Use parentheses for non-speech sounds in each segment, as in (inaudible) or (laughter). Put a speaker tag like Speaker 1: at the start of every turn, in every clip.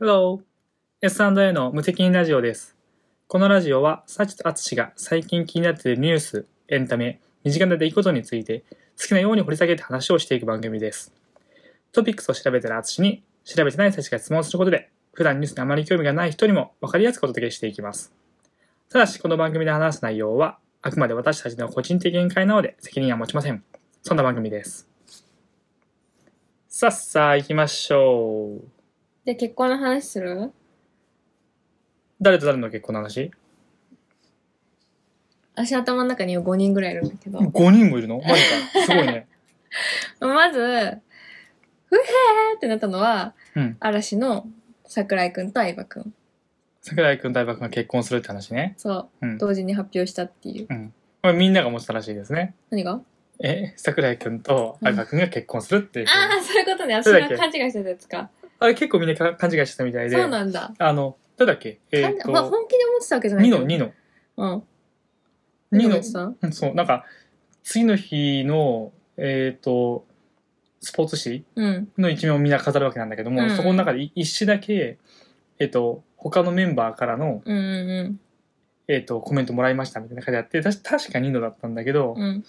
Speaker 1: Hello! S&A の無責任ラジオです。このラジオは、サチとアツシが最近気になっているニュース、エンタメ、身近な出来事について、好きなように掘り下げて話をしていく番組です。トピックスを調べたらアツシに、調べてないサチが質問することで、普段ニュースにあまり興味がない人にも分かりやすくお届けしていきます。ただし、この番組で話す内容は、あくまで私たちの個人的見解なので、責任は持ちません。そんな番組です。さっさあ、行きましょう。
Speaker 2: で、結婚の話する
Speaker 1: 誰と誰の結婚の話
Speaker 2: 私頭の中には5人ぐらいいるんだけど。
Speaker 1: 5人もいる
Speaker 2: (laughs)
Speaker 1: のマジか。すごいね。
Speaker 2: まず、ふへーってなったのは、うん、嵐の桜井くんと相葉くん。
Speaker 1: 桜井くんと相葉くんが結婚するって話ね。
Speaker 2: そう、うん、同時に発表したっていう。
Speaker 1: うん。まあ、みんなが思ってたらしいですね。
Speaker 2: 何が
Speaker 1: え、桜井くんと相葉くんが結婚するっていう。
Speaker 2: ああ、そういうことね。私が勘違いしてたやつか。
Speaker 1: あれ結構みんな勘違いしてたみたいで。
Speaker 2: そうなんだ。
Speaker 1: あの、どうだっけ
Speaker 2: えー、まあ、本気で思ってたわけじゃな
Speaker 1: け
Speaker 2: い
Speaker 1: ど。2の、
Speaker 2: 2の。
Speaker 1: うん。2の、2のそう、なんか、次の日の、えっ、ー、と、スポーツ紙の一面をみんな飾るわけなんだけども、うん、そこの中で一紙だけ、えっ、ー、と、他のメンバーからの、
Speaker 2: うんうんうん、
Speaker 1: えっ、と、コメントもらいましたみたいな書いてあって、た確か2のだったんだけど、
Speaker 2: うん、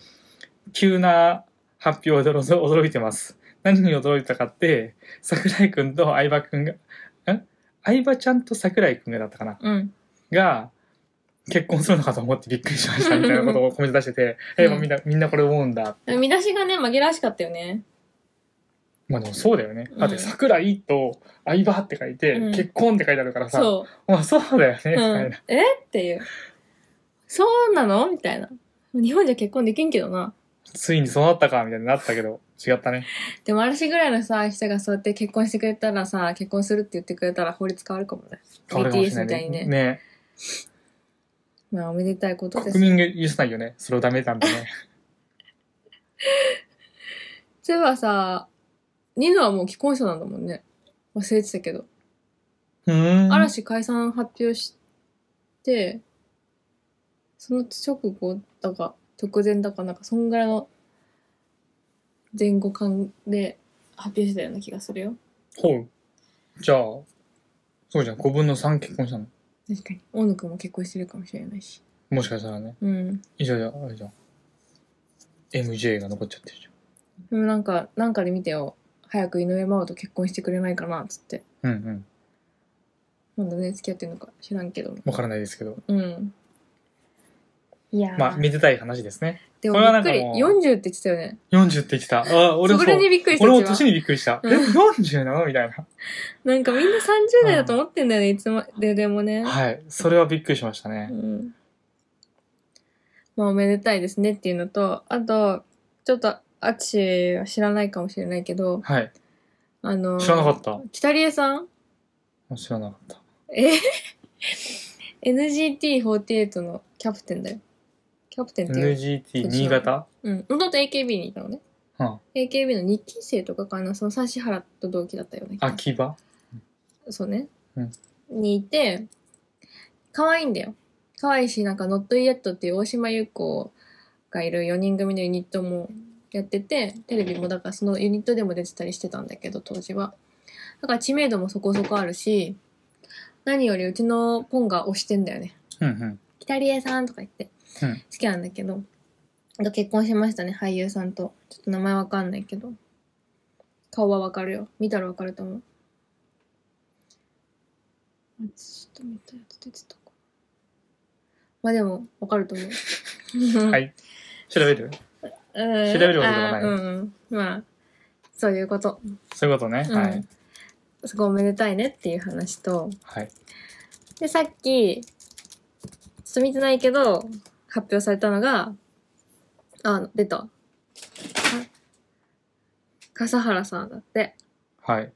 Speaker 1: 急な発表で驚いてます。何に驚いたかって、桜井くんと相葉くんが、ん相葉ちゃんと桜井くんがだったかな、
Speaker 2: うん、
Speaker 1: が、結婚するのかと思ってびっくりしましたみたいなことをコメント出してて、え、うん、みんな、みんなこれ思うんだ。
Speaker 2: 見出しがね、紛らわしかったよね。
Speaker 1: まあでもそうだよね。だって桜井と相葉って書いて、うん、結婚って書いてあるからさ、。
Speaker 2: そう
Speaker 1: まあそうだよね、み
Speaker 2: たいな。えっていう。そうなのみたいな。日本じゃ結婚できんけどな。
Speaker 1: ついにそうなったかみたいになったけど、違ったね。
Speaker 2: でも嵐ぐらいのさ、人がそうやって結婚してくれたらさ、結婚するって言ってくれたら法律変わるかもね。
Speaker 1: 変わるかもしれない、ね。BTS みたいにね。ね
Speaker 2: まあ、おめでたいことです。
Speaker 1: 国民が許さないよね。それをダメなんだね。
Speaker 2: そういえばさ、ニノはもう既婚者なんだもんね。忘れてたけど。
Speaker 1: うん
Speaker 2: 嵐解散発表して、その直後だが、直前だかなんかそんぐらいの前後間で発表してたような気がするよ
Speaker 1: ほうじゃあそうじゃん5分の3結婚したの
Speaker 2: 確かに大野くんも結婚してるかもしれないし
Speaker 1: もしかしたらね
Speaker 2: うん
Speaker 1: 以上じゃあれじゃん MJ が残っちゃってるじ
Speaker 2: ゃんでもなんかなんかで見てよ早く井上真央と結婚してくれないかなっつって
Speaker 1: うん
Speaker 2: うんまだね付き合ってるのか知らんけど
Speaker 1: わからないですけど
Speaker 2: うんいや
Speaker 1: まあ、めでたい話ですね。
Speaker 2: でも、びっくり。40って言ってたよね。
Speaker 1: 40って言ってた。あ俺
Speaker 2: もそれにびっくりした。
Speaker 1: 俺も年にびっくりした。え、40なのみたいな。
Speaker 2: なんかみんな30代だと思ってんだよね、いつも。で、でもね。
Speaker 1: はい。それはびっくりしましたね。
Speaker 2: うん。まあ、おめでたいですねっていうのと、あと、ちょっと、あっちは知らないかもしれないけど、
Speaker 1: はい。
Speaker 2: あの、
Speaker 1: 知らなかった。
Speaker 2: 北里江さん
Speaker 1: 知らなかった。
Speaker 2: え ?NGT48 のキャプテンだよ。キャプテンって
Speaker 1: いう。NGT 新潟
Speaker 2: うん。もともと AKB にいたのね。
Speaker 1: はあ、
Speaker 2: AKB の2期生とかかな、その指原と同期だったよね。
Speaker 1: 秋葉
Speaker 2: そうね。
Speaker 1: うん。
Speaker 2: にいて、可愛いんだよ。可愛いし、なんか Not Yet っていう大島優子がいる4人組のユニットもやってて、テレビもだからそのユニットでも出てたりしてたんだけど、当時は。だから知名度もそこそこあるし、何よりうちのポンが推してんだよね。
Speaker 1: うんうん。
Speaker 2: 北里江さんとか言って。
Speaker 1: うん、好
Speaker 2: きなんだけど、と結婚しましたね俳優さんとちょっと名前わかんないけど顔はわかるよ見たらわかると思うあちょっと見たやつ出てたかまあでもわかると思う (laughs)
Speaker 1: はい調べる調べることがない
Speaker 2: うん、まあそういうこと
Speaker 1: そういうことね、うん、はい
Speaker 2: すごいおめでたいねっていう話と、
Speaker 1: はい、
Speaker 2: でさっきちょっと見てないけど発表されたのが、あ、出た。笠原さんだって。
Speaker 1: はい。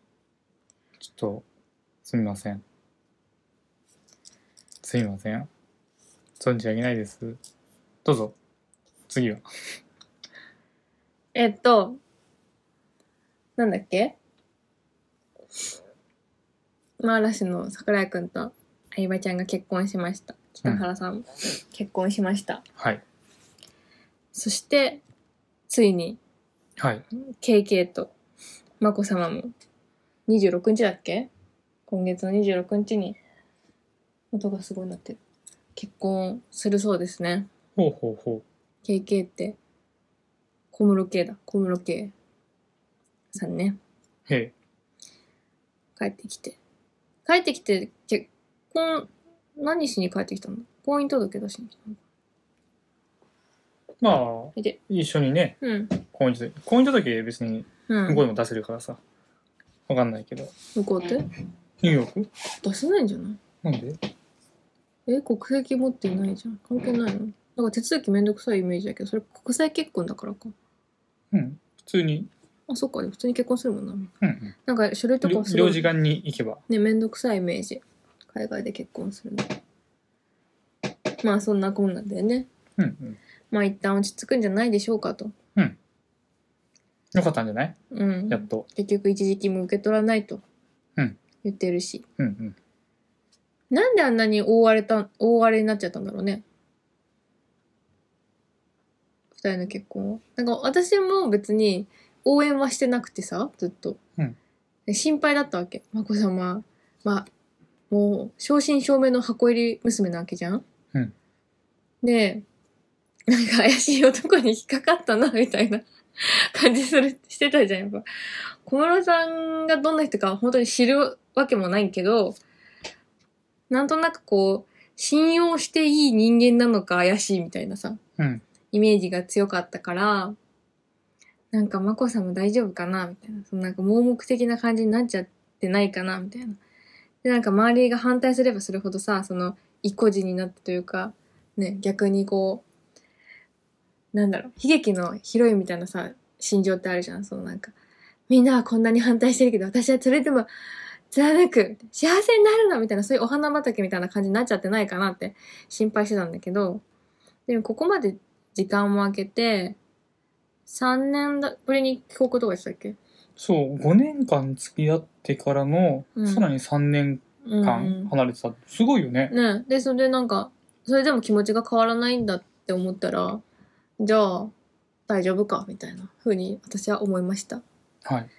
Speaker 1: ちょっと、すみません。すみません。存じ上げないです。どうぞ。次は。
Speaker 2: えっと、なんだっけまあ、嵐の桜井くんと相葉ちゃんが結婚しました。北原さん、うん、結婚しました。
Speaker 1: はい。
Speaker 2: そして、ついに、
Speaker 1: はい。
Speaker 2: KK と、眞子さまも、26日だっけ今月の26日に音がすごいなってる結婚するそうですね
Speaker 1: ほうほうほ
Speaker 2: KK って小室圭だ小室圭さんね
Speaker 1: う。へえ。
Speaker 2: 帰ってきて帰ってきて結婚何しに帰ってきたの婚姻届出しに来たの
Speaker 1: まあ、
Speaker 2: 見て
Speaker 1: 一緒にね、
Speaker 2: うん
Speaker 1: 婚姻届。婚姻届別に
Speaker 2: うん
Speaker 1: 向こうでも出せるからさ。わかんないけど。
Speaker 2: 向こうって
Speaker 1: ニューヨーク
Speaker 2: 出せないんじゃない
Speaker 1: なんで
Speaker 2: え国籍持ってないじゃん関係ないのなんか手続きめんどくさいイメージだけどそれ国際結婚だからか
Speaker 1: うん。普通に。
Speaker 2: あそっかでも普通に結婚するもんな
Speaker 1: うんうん。
Speaker 2: なんか書類とかもす
Speaker 1: 領
Speaker 2: ご
Speaker 1: 事
Speaker 2: い
Speaker 1: 館に行けば。
Speaker 2: ねめんどくさいイメージ海外で結婚するのまあそんなこんなんだよね
Speaker 1: うんうん。
Speaker 2: まあ一旦落ち着くんじゃないでしょうかと
Speaker 1: よかったんじゃない
Speaker 2: うん
Speaker 1: やっと。
Speaker 2: 結局一時期も受け取らないと
Speaker 1: うん
Speaker 2: 言ってるし、
Speaker 1: うんうん。
Speaker 2: なんであんなに大荒れた大荒れになっちゃったんだろうね二人の結婚はなんか私も別に応援はしてなくてさずっと、
Speaker 1: うん
Speaker 2: で心配だったわけ眞子さままあもう正真正銘の箱入り娘なわけじゃん、
Speaker 1: うん
Speaker 2: でなんか怪しい男に引っかかったなみたいな感じするしてたじゃんやっぱ小室さんがどんな人か本当に知るわけもないけどなんとなくこう、信用していい人間なのか怪しいみたいなさ、
Speaker 1: うん。
Speaker 2: イメージが強かったから、なんか眞子さんも大丈夫かなみたいな。そのなんか盲目的な感じになっちゃってないかなみたいな。で、なんか周りが反対すればするほどさ、その、意固地になってというか、ね、逆にこう、なんだろう、悲劇のヒロインみたいなさ、心情ってあるじゃん。そのなんか、みんなはこんなに反対してるけど、私はそれでも貫く、幸せになるのみたいな、そういうお花畑みたいな感じになっちゃってないかなって心配してたんだけど、でもここまで時間を空けて、3年だぶりに帰国とかしたっけ
Speaker 1: そう、5年間付き合ってからの、
Speaker 2: うん
Speaker 1: さらに3年
Speaker 2: うん
Speaker 1: 間離れてた。すごいよね。
Speaker 2: ねで、それでなんか、それでも気持ちが変わらないんだって思ったら、じゃあ、大丈夫か、みたいな風に私は思いました。
Speaker 1: はい。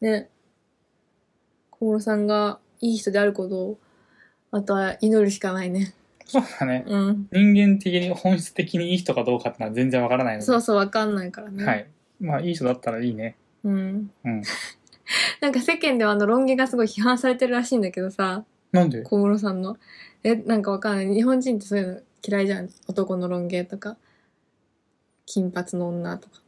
Speaker 2: ね。小室さんがいい人であることを、あとは祈るしかないね。
Speaker 1: そうだね。
Speaker 2: うん。
Speaker 1: 人間的に本質的にいい人かどうかってのは全然わからないので。
Speaker 2: そうそう、わかんないからね。
Speaker 1: はい。まあ、いい人だったらいいね。
Speaker 2: うん。
Speaker 1: うん。
Speaker 2: なんか世間ではあの論議がすごい批判されてるらしいんだけどさ、
Speaker 1: なんで
Speaker 2: 小室さんの。え、なんかわかんない。日本人ってそういうの嫌いじゃん。男の論芸とか、金髪の女とか。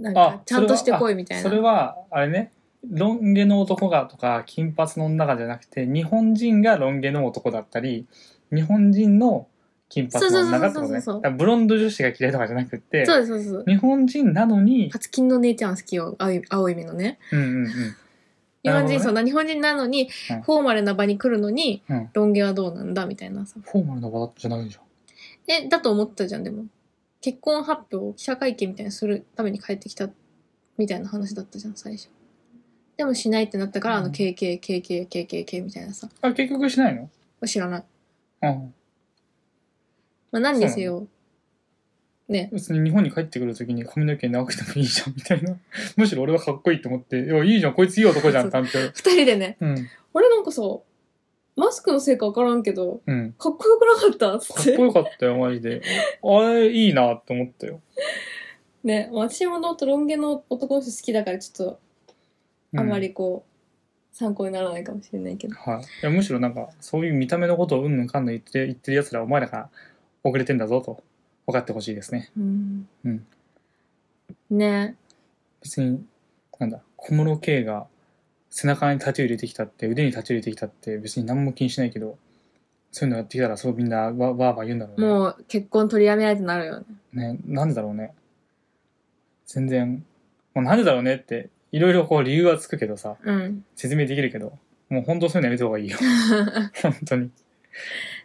Speaker 2: なんか
Speaker 1: あ、
Speaker 2: ちゃんとしてこいみたい
Speaker 1: それ
Speaker 2: な。
Speaker 1: は、あれね、ロン毛の男がとか、金髪の女がじゃなくて、日本人がロン毛の男だったり、日本人の金髪の女がってこと
Speaker 2: そうそうそうそう
Speaker 1: ね。
Speaker 2: そう
Speaker 1: だからブロンド女子が嫌いとかじゃなくて、
Speaker 2: そうですそうですそうです。
Speaker 1: 日本人なのに、
Speaker 2: 初金の姉ちゃん好きよ。青い青い目のね。
Speaker 1: うんうんうん。
Speaker 2: 日
Speaker 1: なるほど
Speaker 2: 本
Speaker 1: ね
Speaker 2: 人、そんな日本人なのに、
Speaker 1: うん
Speaker 2: フォーマルな場に来るのに、
Speaker 1: うん
Speaker 2: 論芸はどうなんだみたいなさ。
Speaker 1: フォーマルな場だったじゃないじゃん。
Speaker 2: え、だと思ったじゃん、でも。結婚発表、記者会見みたいにするために帰ってきた、みたいな話だったじゃん、最初。でもしないってなったから、あ
Speaker 1: う
Speaker 2: の、
Speaker 1: ん
Speaker 2: KK、KK、KKK みたいなさ。
Speaker 1: あ、結局しないの
Speaker 2: 知らない。
Speaker 1: うん。
Speaker 2: まあ、何にせよ。ね。
Speaker 1: 別に日本に帰ってくるときに髪の毛長くてもいいじゃん、みたいな。 (laughs) むしろ俺はかっこいいと思って、いや、いいじゃん、こいついい男じゃん、単調。
Speaker 2: 二人でね、
Speaker 1: うん。
Speaker 2: あれなんかさ、マスクのせいかわからんけど、
Speaker 1: うん。
Speaker 2: かっこよくなかったっ
Speaker 1: かっ
Speaker 2: つって
Speaker 1: こ。よかったよ、マジ
Speaker 2: (laughs)
Speaker 1: で。あれ、いいなって思ったよ。
Speaker 2: ね。まあ私ものとロン毛の男の人好きだから、ちょっ
Speaker 1: うん
Speaker 2: と、あんま。りこう、参考にならないかもしれないけど。
Speaker 1: はい。いや、むしろなんか、そういう見た目のことをうんぬんかんぬん言って言ってる奴ら、お前らが遅れてんだぞと、分かってほしいですね。
Speaker 2: うん。
Speaker 1: うん
Speaker 2: ね。
Speaker 1: 別に、なんだ、小室圭が背中にタトゥー入れてきたって、腕にタトゥー入れてきたって、別に何も気にしないけど、そういうのやってきたら、そうみんなわわーわー言うんだろうね。
Speaker 2: もう結婚取りやめないとなるよね。
Speaker 1: ね、なんでだろうね。全然、もうなんでだろうねって、いろいろこう理由はつくけどさ、
Speaker 2: うん。 (laughs)
Speaker 1: 説明できるけど、もう本当そういうのやめた方がいいよ。本当に。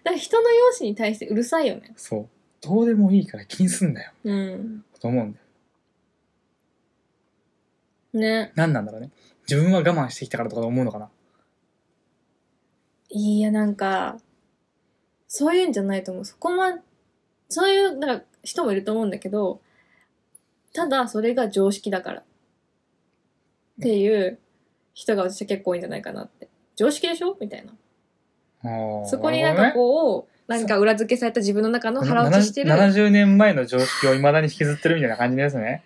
Speaker 2: だから人の容姿に対してうるさいよね。
Speaker 1: そう。どうでもいいから気にすんなよ。
Speaker 2: うん。
Speaker 1: と思うんだよ。
Speaker 2: ね。
Speaker 1: 何なんだろうね。自分は我慢してきたからとか思うのかな。
Speaker 2: いや、なんか、そういうんじゃないと思う。そこま、そういう、なんか、人もいると思うんだけど、ただそれが常識だから。っていう人が私は結構多いんじゃないかなって。常識でしょみたいな。そこになんかこう、なんか裏付けされた自分の中の腹落ちしてる。
Speaker 1: な70年前の常識を未だに引きずってるみたいな感じですね。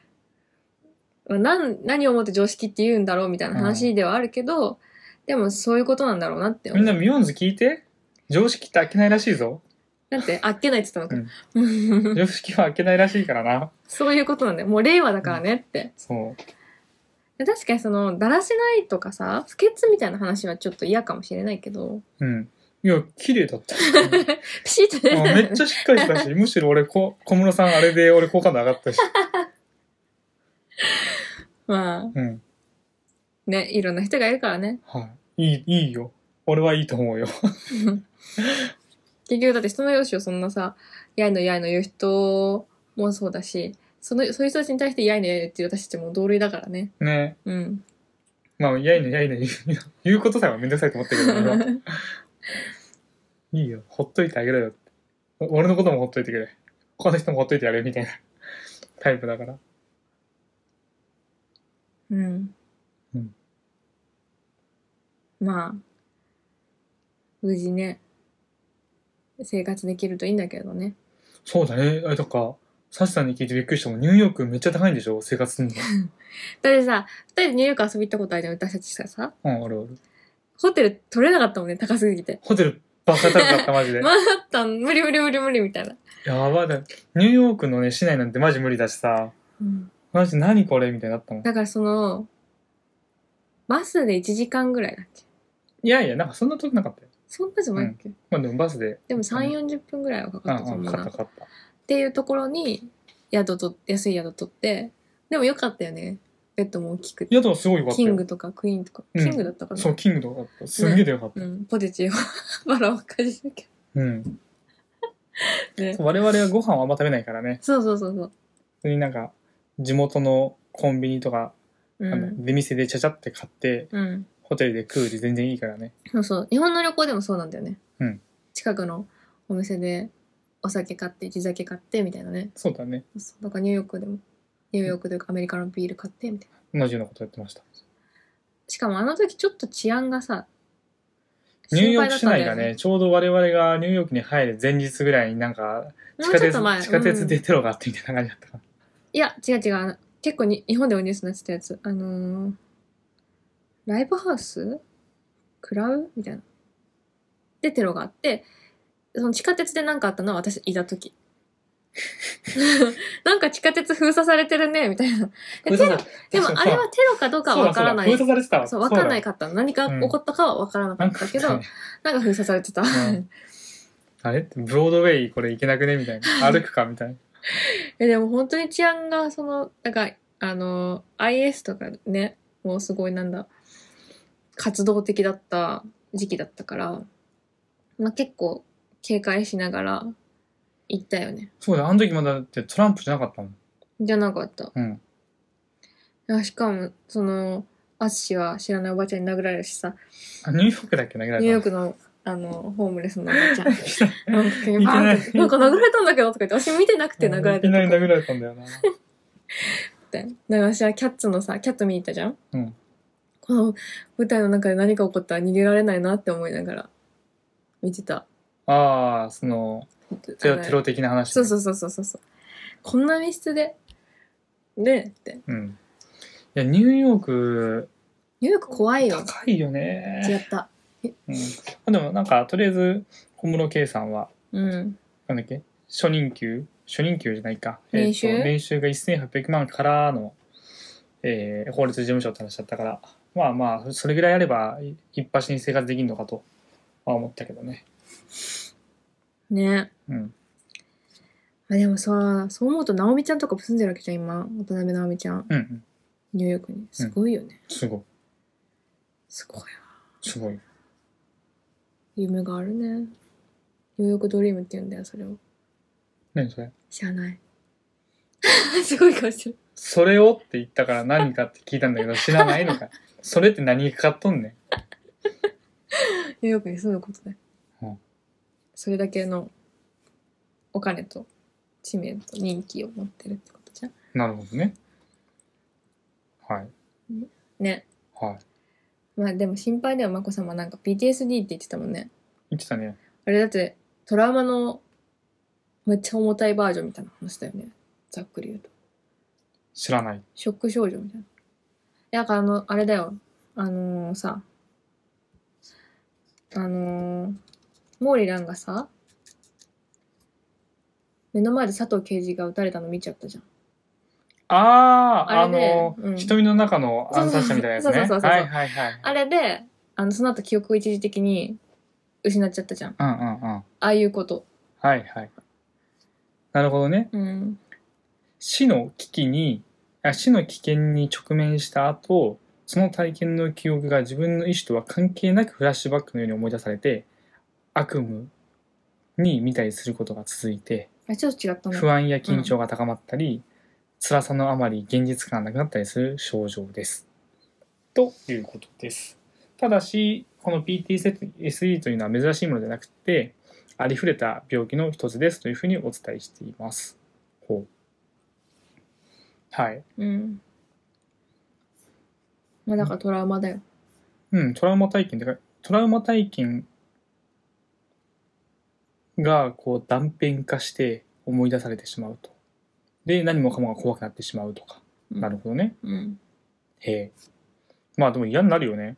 Speaker 2: なん何をもって常識って言うんだろうみたいな話ではあるけど、でもそういうことなんだろうなって思
Speaker 1: み
Speaker 2: うん
Speaker 1: なミヨンズ聞いて常識って開けないらしいぞ。
Speaker 2: だってあっけないって言ったのか、
Speaker 1: 常識は開けないらしいからな。
Speaker 2: (laughs) そういうことなんだよもう令和だからねって、
Speaker 1: そう。
Speaker 2: で確かにそのだらしないとかさ不潔みたいな話はちょっと嫌かもしれないけど
Speaker 1: うん。いや、綺麗だ
Speaker 2: (laughs)
Speaker 1: った。
Speaker 2: ピシッと
Speaker 1: あ
Speaker 2: ね
Speaker 1: めっちゃしっかりしたし、むしろ俺こ、小室さんあれで俺好感度上がったし。
Speaker 2: (laughs) まあ
Speaker 1: うん。
Speaker 2: ねいろんな人がいるからね
Speaker 1: はい。いい、いいよ。俺はいいと思うよ。
Speaker 2: 結局だって人の容姿をそんなさやいのやいの言う人もそうだしそのそういう人たちに対してやいのやいの言ってる私たちも同類だからね
Speaker 1: ね。
Speaker 2: うん
Speaker 1: まあ、やいのやいの言う (laughs) 言うことさえはめんどくさいと思ったけど、俺
Speaker 2: (laughs)
Speaker 1: はいいよ。ほっといてあげろよって。お俺のこともほっといてくれ。他の人もほっといてやれみたいなタイプだから。
Speaker 2: うん
Speaker 1: うん
Speaker 2: まあ無事ね生活できるといいんだけどね
Speaker 1: そうだね。あ、とか、サシさんに聞いてびっくりしたもん。ニューヨークめっちゃ高いんでしょ生活するの。
Speaker 2: (laughs) だってさ2人でニューヨーク遊び行ったことあるじゃん私たちがさ
Speaker 1: うん、あるある。
Speaker 2: ホテル取れなかったもんね高すぎて
Speaker 1: ホテルバカ高かった、マ
Speaker 2: (laughs)
Speaker 1: ジで。
Speaker 2: マンハッタン無理無理無理無理みたいな、
Speaker 1: やばいだ。ニューヨークのね、市内なんてマジ無理だしさ。マジ何これみたいになったもん。
Speaker 2: だからそのバスで1時間ぐらいだっけ
Speaker 1: いやいや、なんかそんな遠くなかったよ。
Speaker 2: そんなじゃないっけ、
Speaker 1: まあでもバスで。
Speaker 2: でも3、40分ぐらいはか
Speaker 1: う
Speaker 2: か
Speaker 1: ん、
Speaker 2: ったと
Speaker 1: うん、
Speaker 2: 思
Speaker 1: か
Speaker 2: う
Speaker 1: かっ
Speaker 2: な
Speaker 1: たか
Speaker 2: っ
Speaker 1: かった。
Speaker 2: ていうところに宿と安い宿取ってでもよかったよねベッドも大きくて
Speaker 1: いや、でもすごいよかった
Speaker 2: キ
Speaker 1: よ。
Speaker 2: ングとかクイーンとか、
Speaker 1: うん
Speaker 2: キングだったかな
Speaker 1: そう、キングとかだった。すんげえでよかった。
Speaker 2: うん、ポテチを (laughs) バラをかじるけ
Speaker 1: うん。
Speaker 2: ど (laughs) ね
Speaker 1: 我々はご飯はあんま食べないからね。
Speaker 2: そうそうそうそう、
Speaker 1: 普通になんか、地元のコンビニとか、
Speaker 2: う
Speaker 1: あの
Speaker 2: ん
Speaker 1: 出店でちゃちゃって買って、
Speaker 2: うん、
Speaker 1: ホテルで食うより全然いいからね。
Speaker 2: そうそう。日本の旅行でもそうなんだよね。
Speaker 1: うん
Speaker 2: 近くのお店でお酒買って、地酒買ってみたいなね。
Speaker 1: そうだね。
Speaker 2: そうそうなんかニューヨークでも、ニューヨークというかアメリカのビール買ってみたいな。
Speaker 1: 同じようなことやってました。
Speaker 2: しかもあの時ちょっと治安がさ、
Speaker 1: ニューヨーク市
Speaker 2: 心配
Speaker 1: 内
Speaker 2: だ
Speaker 1: が
Speaker 2: ったんだよ
Speaker 1: ね、ちょうど我々がニューヨークに入る前日ぐらいになんか、地
Speaker 2: もう
Speaker 1: 下
Speaker 2: ちょっ
Speaker 1: 鉄、
Speaker 2: と前。
Speaker 1: 地下
Speaker 2: う
Speaker 1: 鉄
Speaker 2: ん
Speaker 1: でテロがあってみたいな感じだったから。
Speaker 2: いや、違う違うあの。結構に日本でもニュースになってたやつ。あのーライブハウスクラウみたいな。で、テロがあって、その地下鉄で何かあったのは私いた時。 (laughs) なんか地下鉄封鎖されてるね、みたいな。でテ
Speaker 1: 封鎖
Speaker 2: ロ
Speaker 1: さ
Speaker 2: でも
Speaker 1: 確か
Speaker 2: あ
Speaker 1: に
Speaker 2: れはテロかどうかはわからない。
Speaker 1: そうだそうだ封鎖されてたわ。
Speaker 2: そう、わからない
Speaker 1: か
Speaker 2: かったの。何が起こったかはわからなか
Speaker 1: な
Speaker 2: っ
Speaker 1: んか
Speaker 2: たけど、
Speaker 1: ね
Speaker 2: なんか封鎖されてた。
Speaker 1: んあれブロードウェイこれ行けなくねみたいな。歩くかみたいな。
Speaker 2: えでも本当に治安がそのなんかあの IS とかねもうすごいなんだ活動的だった時期だったから、まあ、結構警戒しながら行ったよね
Speaker 1: そうだよ、あの時まだだってトランプじゃなかったもん。
Speaker 2: じゃなかった
Speaker 1: うん。
Speaker 2: あしかもその淳は知らないおばちゃんに殴られるしさ
Speaker 1: あニューヨークだっけ殴られたの。
Speaker 2: ニューヨークのあのホームレスのおばちゃん
Speaker 1: (laughs)
Speaker 2: なんか急
Speaker 1: いき
Speaker 2: にバ
Speaker 1: な
Speaker 2: ー
Speaker 1: り
Speaker 2: ンってなんか殴られたんだけどとか言って私見てなくて殴られ
Speaker 1: いきなり
Speaker 2: た
Speaker 1: 殴られたんだよ
Speaker 2: (laughs)
Speaker 1: な。
Speaker 2: ってだから私はキャッツのさキャッツ見に行ったじゃん
Speaker 1: うん。
Speaker 2: この舞台の中で何か起こったら逃げられないなって思いながら見てた。
Speaker 1: ああ、その、テロテロ的な話、。
Speaker 2: そうそううそうそうそうそう。こんな密室で。で、って。
Speaker 1: うん。いや、ニューヨーク、
Speaker 2: ニューヨーク怖いよ。
Speaker 1: 高いよ
Speaker 2: 違
Speaker 1: ね。
Speaker 2: った。
Speaker 1: うん。あでもなんか、とりあえず、小室圭さんは、
Speaker 2: うん。
Speaker 1: なんだっけ初任給初任給じゃないか。えーと
Speaker 2: 年収
Speaker 1: 年収が1800万からの、えー法律事務所って話だったから、まあまあ、それぐらいあれば、い一発に生活できるのかとは思ったけどね。
Speaker 2: ね
Speaker 1: うん。
Speaker 2: あでもさ、そう思うと、ナオミちゃんとか住んでるわけじゃん、今。渡辺直美ちゃん。
Speaker 1: うんうん。
Speaker 2: ニューヨークに。すごいよね。
Speaker 1: すごい。
Speaker 2: すごいわ。
Speaker 1: すごい。
Speaker 2: 夢があるね。ニューヨークドリームって言うんだよ、それを。
Speaker 1: 何それ
Speaker 2: 知らない。 (laughs) すごい顔してる。
Speaker 1: それをって言ったから何かって聞いたんだけど、知らないのか。それって何にかかっとんね
Speaker 2: ニューヨークに住むことで、
Speaker 1: うん
Speaker 2: それだけのお金と知名と人気を持ってるってことじゃん
Speaker 1: ん。なるほどね。はい。
Speaker 2: ね。
Speaker 1: はい。
Speaker 2: まあでも心配だよ、まこさまなんか PTSD って言ってたもんね。
Speaker 1: 言ってたね。
Speaker 2: あれだって、トラウマのめっちゃ重たいバージョンみたいな話だよね。ざっくり言うと。
Speaker 1: 知らない。
Speaker 2: ショック症状みたいな。いや、だからあの、あれだよ。あのー、さ、あのー、毛利蘭がさ、目の前で佐藤刑事が撃たれたの見ちゃったじゃん。
Speaker 1: ああ、あ
Speaker 2: あれね
Speaker 1: の、
Speaker 2: うん
Speaker 1: 瞳の中の暗殺者みたいなやつね。
Speaker 2: そうそうそうそうそう
Speaker 1: はいはいはい。
Speaker 2: あれで、あの、その後記憶を一時的に失っちゃったじゃん。
Speaker 1: うんうんうん。
Speaker 2: ああいうこと。
Speaker 1: はいはい。なるほどね。
Speaker 2: うん。
Speaker 1: 死の危機に、あ死の危険に直面した後、その体験の記憶が自分の意思とは関係なくフラッシュバックのように思い出されて、悪夢に見たりすることが続いて、
Speaker 2: あ、ちょっと違ったね。
Speaker 1: 不安や緊張が高まったり、辛さのあまり現実感がなくなったりする症状です。ということです。ただし、この PTSD というのは珍しいものではなくて、ありふれた病気の一つですというふうにお伝えしています。ほう。はい。
Speaker 2: うん。まあだからトラウマだよ。
Speaker 1: うん、トラウマ体験ってか、トラウマ体験がこう断片化して思い出されてしまうと。で、何もかもが怖くなってしまうとか。なるほどね。
Speaker 2: うん。
Speaker 1: へえ。まあでも嫌になるよね。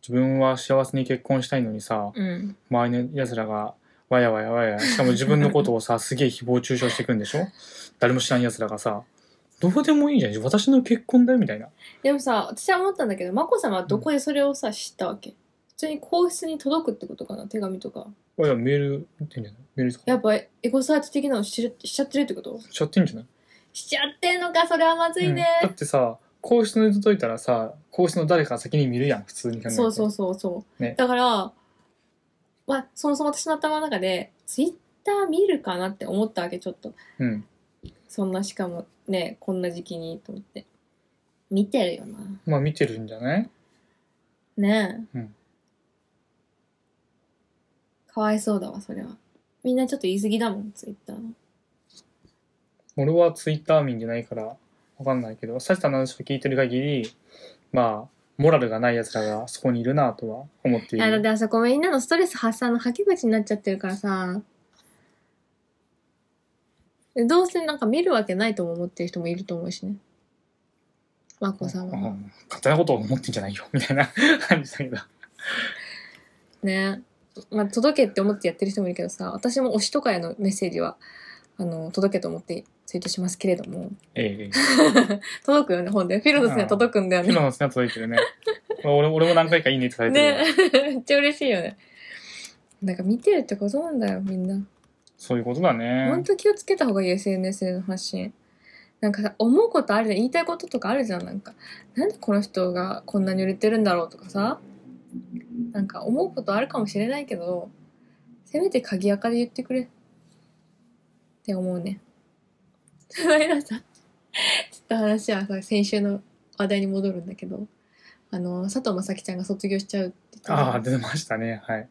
Speaker 1: 自分は幸せに結婚したいのにさ、
Speaker 2: うん。
Speaker 1: 周りの奴らがわやわやわや、しかも自分のことをさ、すげえ誹謗中傷してくんでしょ誰も知らん奴らがさ、どうでもいいじゃん。私の結婚だよ、みたいな。
Speaker 2: でもさ、私は思ったんだけど、まこさまはどこでそれをさ、知ったわけ普通に皇室に届くってことかな手紙とか。
Speaker 1: いや、メール見てんじゃないメールとか。
Speaker 2: やっぱエゴサーチ的なのしるしちゃってるってこと
Speaker 1: しちゃってんじゃない
Speaker 2: しちゃってんのか、それはまずいね。
Speaker 1: うんだってさ皇室に届いたらさ皇室の誰かが先に見るやん普通に考えて
Speaker 2: そうそうそうそう、
Speaker 1: ね
Speaker 2: だからまあそもそも私の頭の中でツイッター見るかなって思ったわけちょっと
Speaker 1: うん
Speaker 2: そんなしかもねこんな時期にと思って見てるよな
Speaker 1: まあ見てるんじゃない
Speaker 2: ねえ、
Speaker 1: うん
Speaker 2: かわいそうだわそれはみんなちょっと言い過ぎだもんツイッターの
Speaker 1: 俺はツイッター民じゃないからわかんないけどサチさんの話を聞いてる限りまあモラルがない奴らがそこにいるなとは思ってい
Speaker 2: いやだっ
Speaker 1: る
Speaker 2: てあそこみんなのストレス発散の吐き口になっちゃってるからさでどうせなんか見るわけないとも思ってる人もいると思うしね眞子さん
Speaker 1: う
Speaker 2: は
Speaker 1: ん勝手なことを思ってんじゃないよみ
Speaker 2: (laughs)
Speaker 1: たいな感じだけど
Speaker 2: ねまあ届けって思ってやってる人もいるけどさ私も推しとかへのメッセージはあの届けと思ってツイートしますけれども
Speaker 1: ええ
Speaker 2: 届くよね本でフィロのスには届くんだよ
Speaker 1: 今
Speaker 2: ね
Speaker 1: の砂届いてるね俺俺も何回かいいねいただいてるわ
Speaker 2: ね (laughs) めっちゃ嬉しいよねなんか見てるってことなんだよみんな
Speaker 1: そういうことだね
Speaker 2: ほんと気をつけた方がいい SNS での発信。なんかさ、思うことあるじゃん。言いたいこととかあるじゃん。なんか、なんでこの人がこんなに売れてるんだろうとかさ。なんか思うことあるかもしれないけど、せめて鍵垢で言ってくれ。って思うね。 (laughs) この間さ、ちょっと話はさ、先週の話題に戻るんだけど、あの、佐藤正樹ちゃんが卒業しちゃうって言ってたじゃん
Speaker 1: ああ出てましたねはい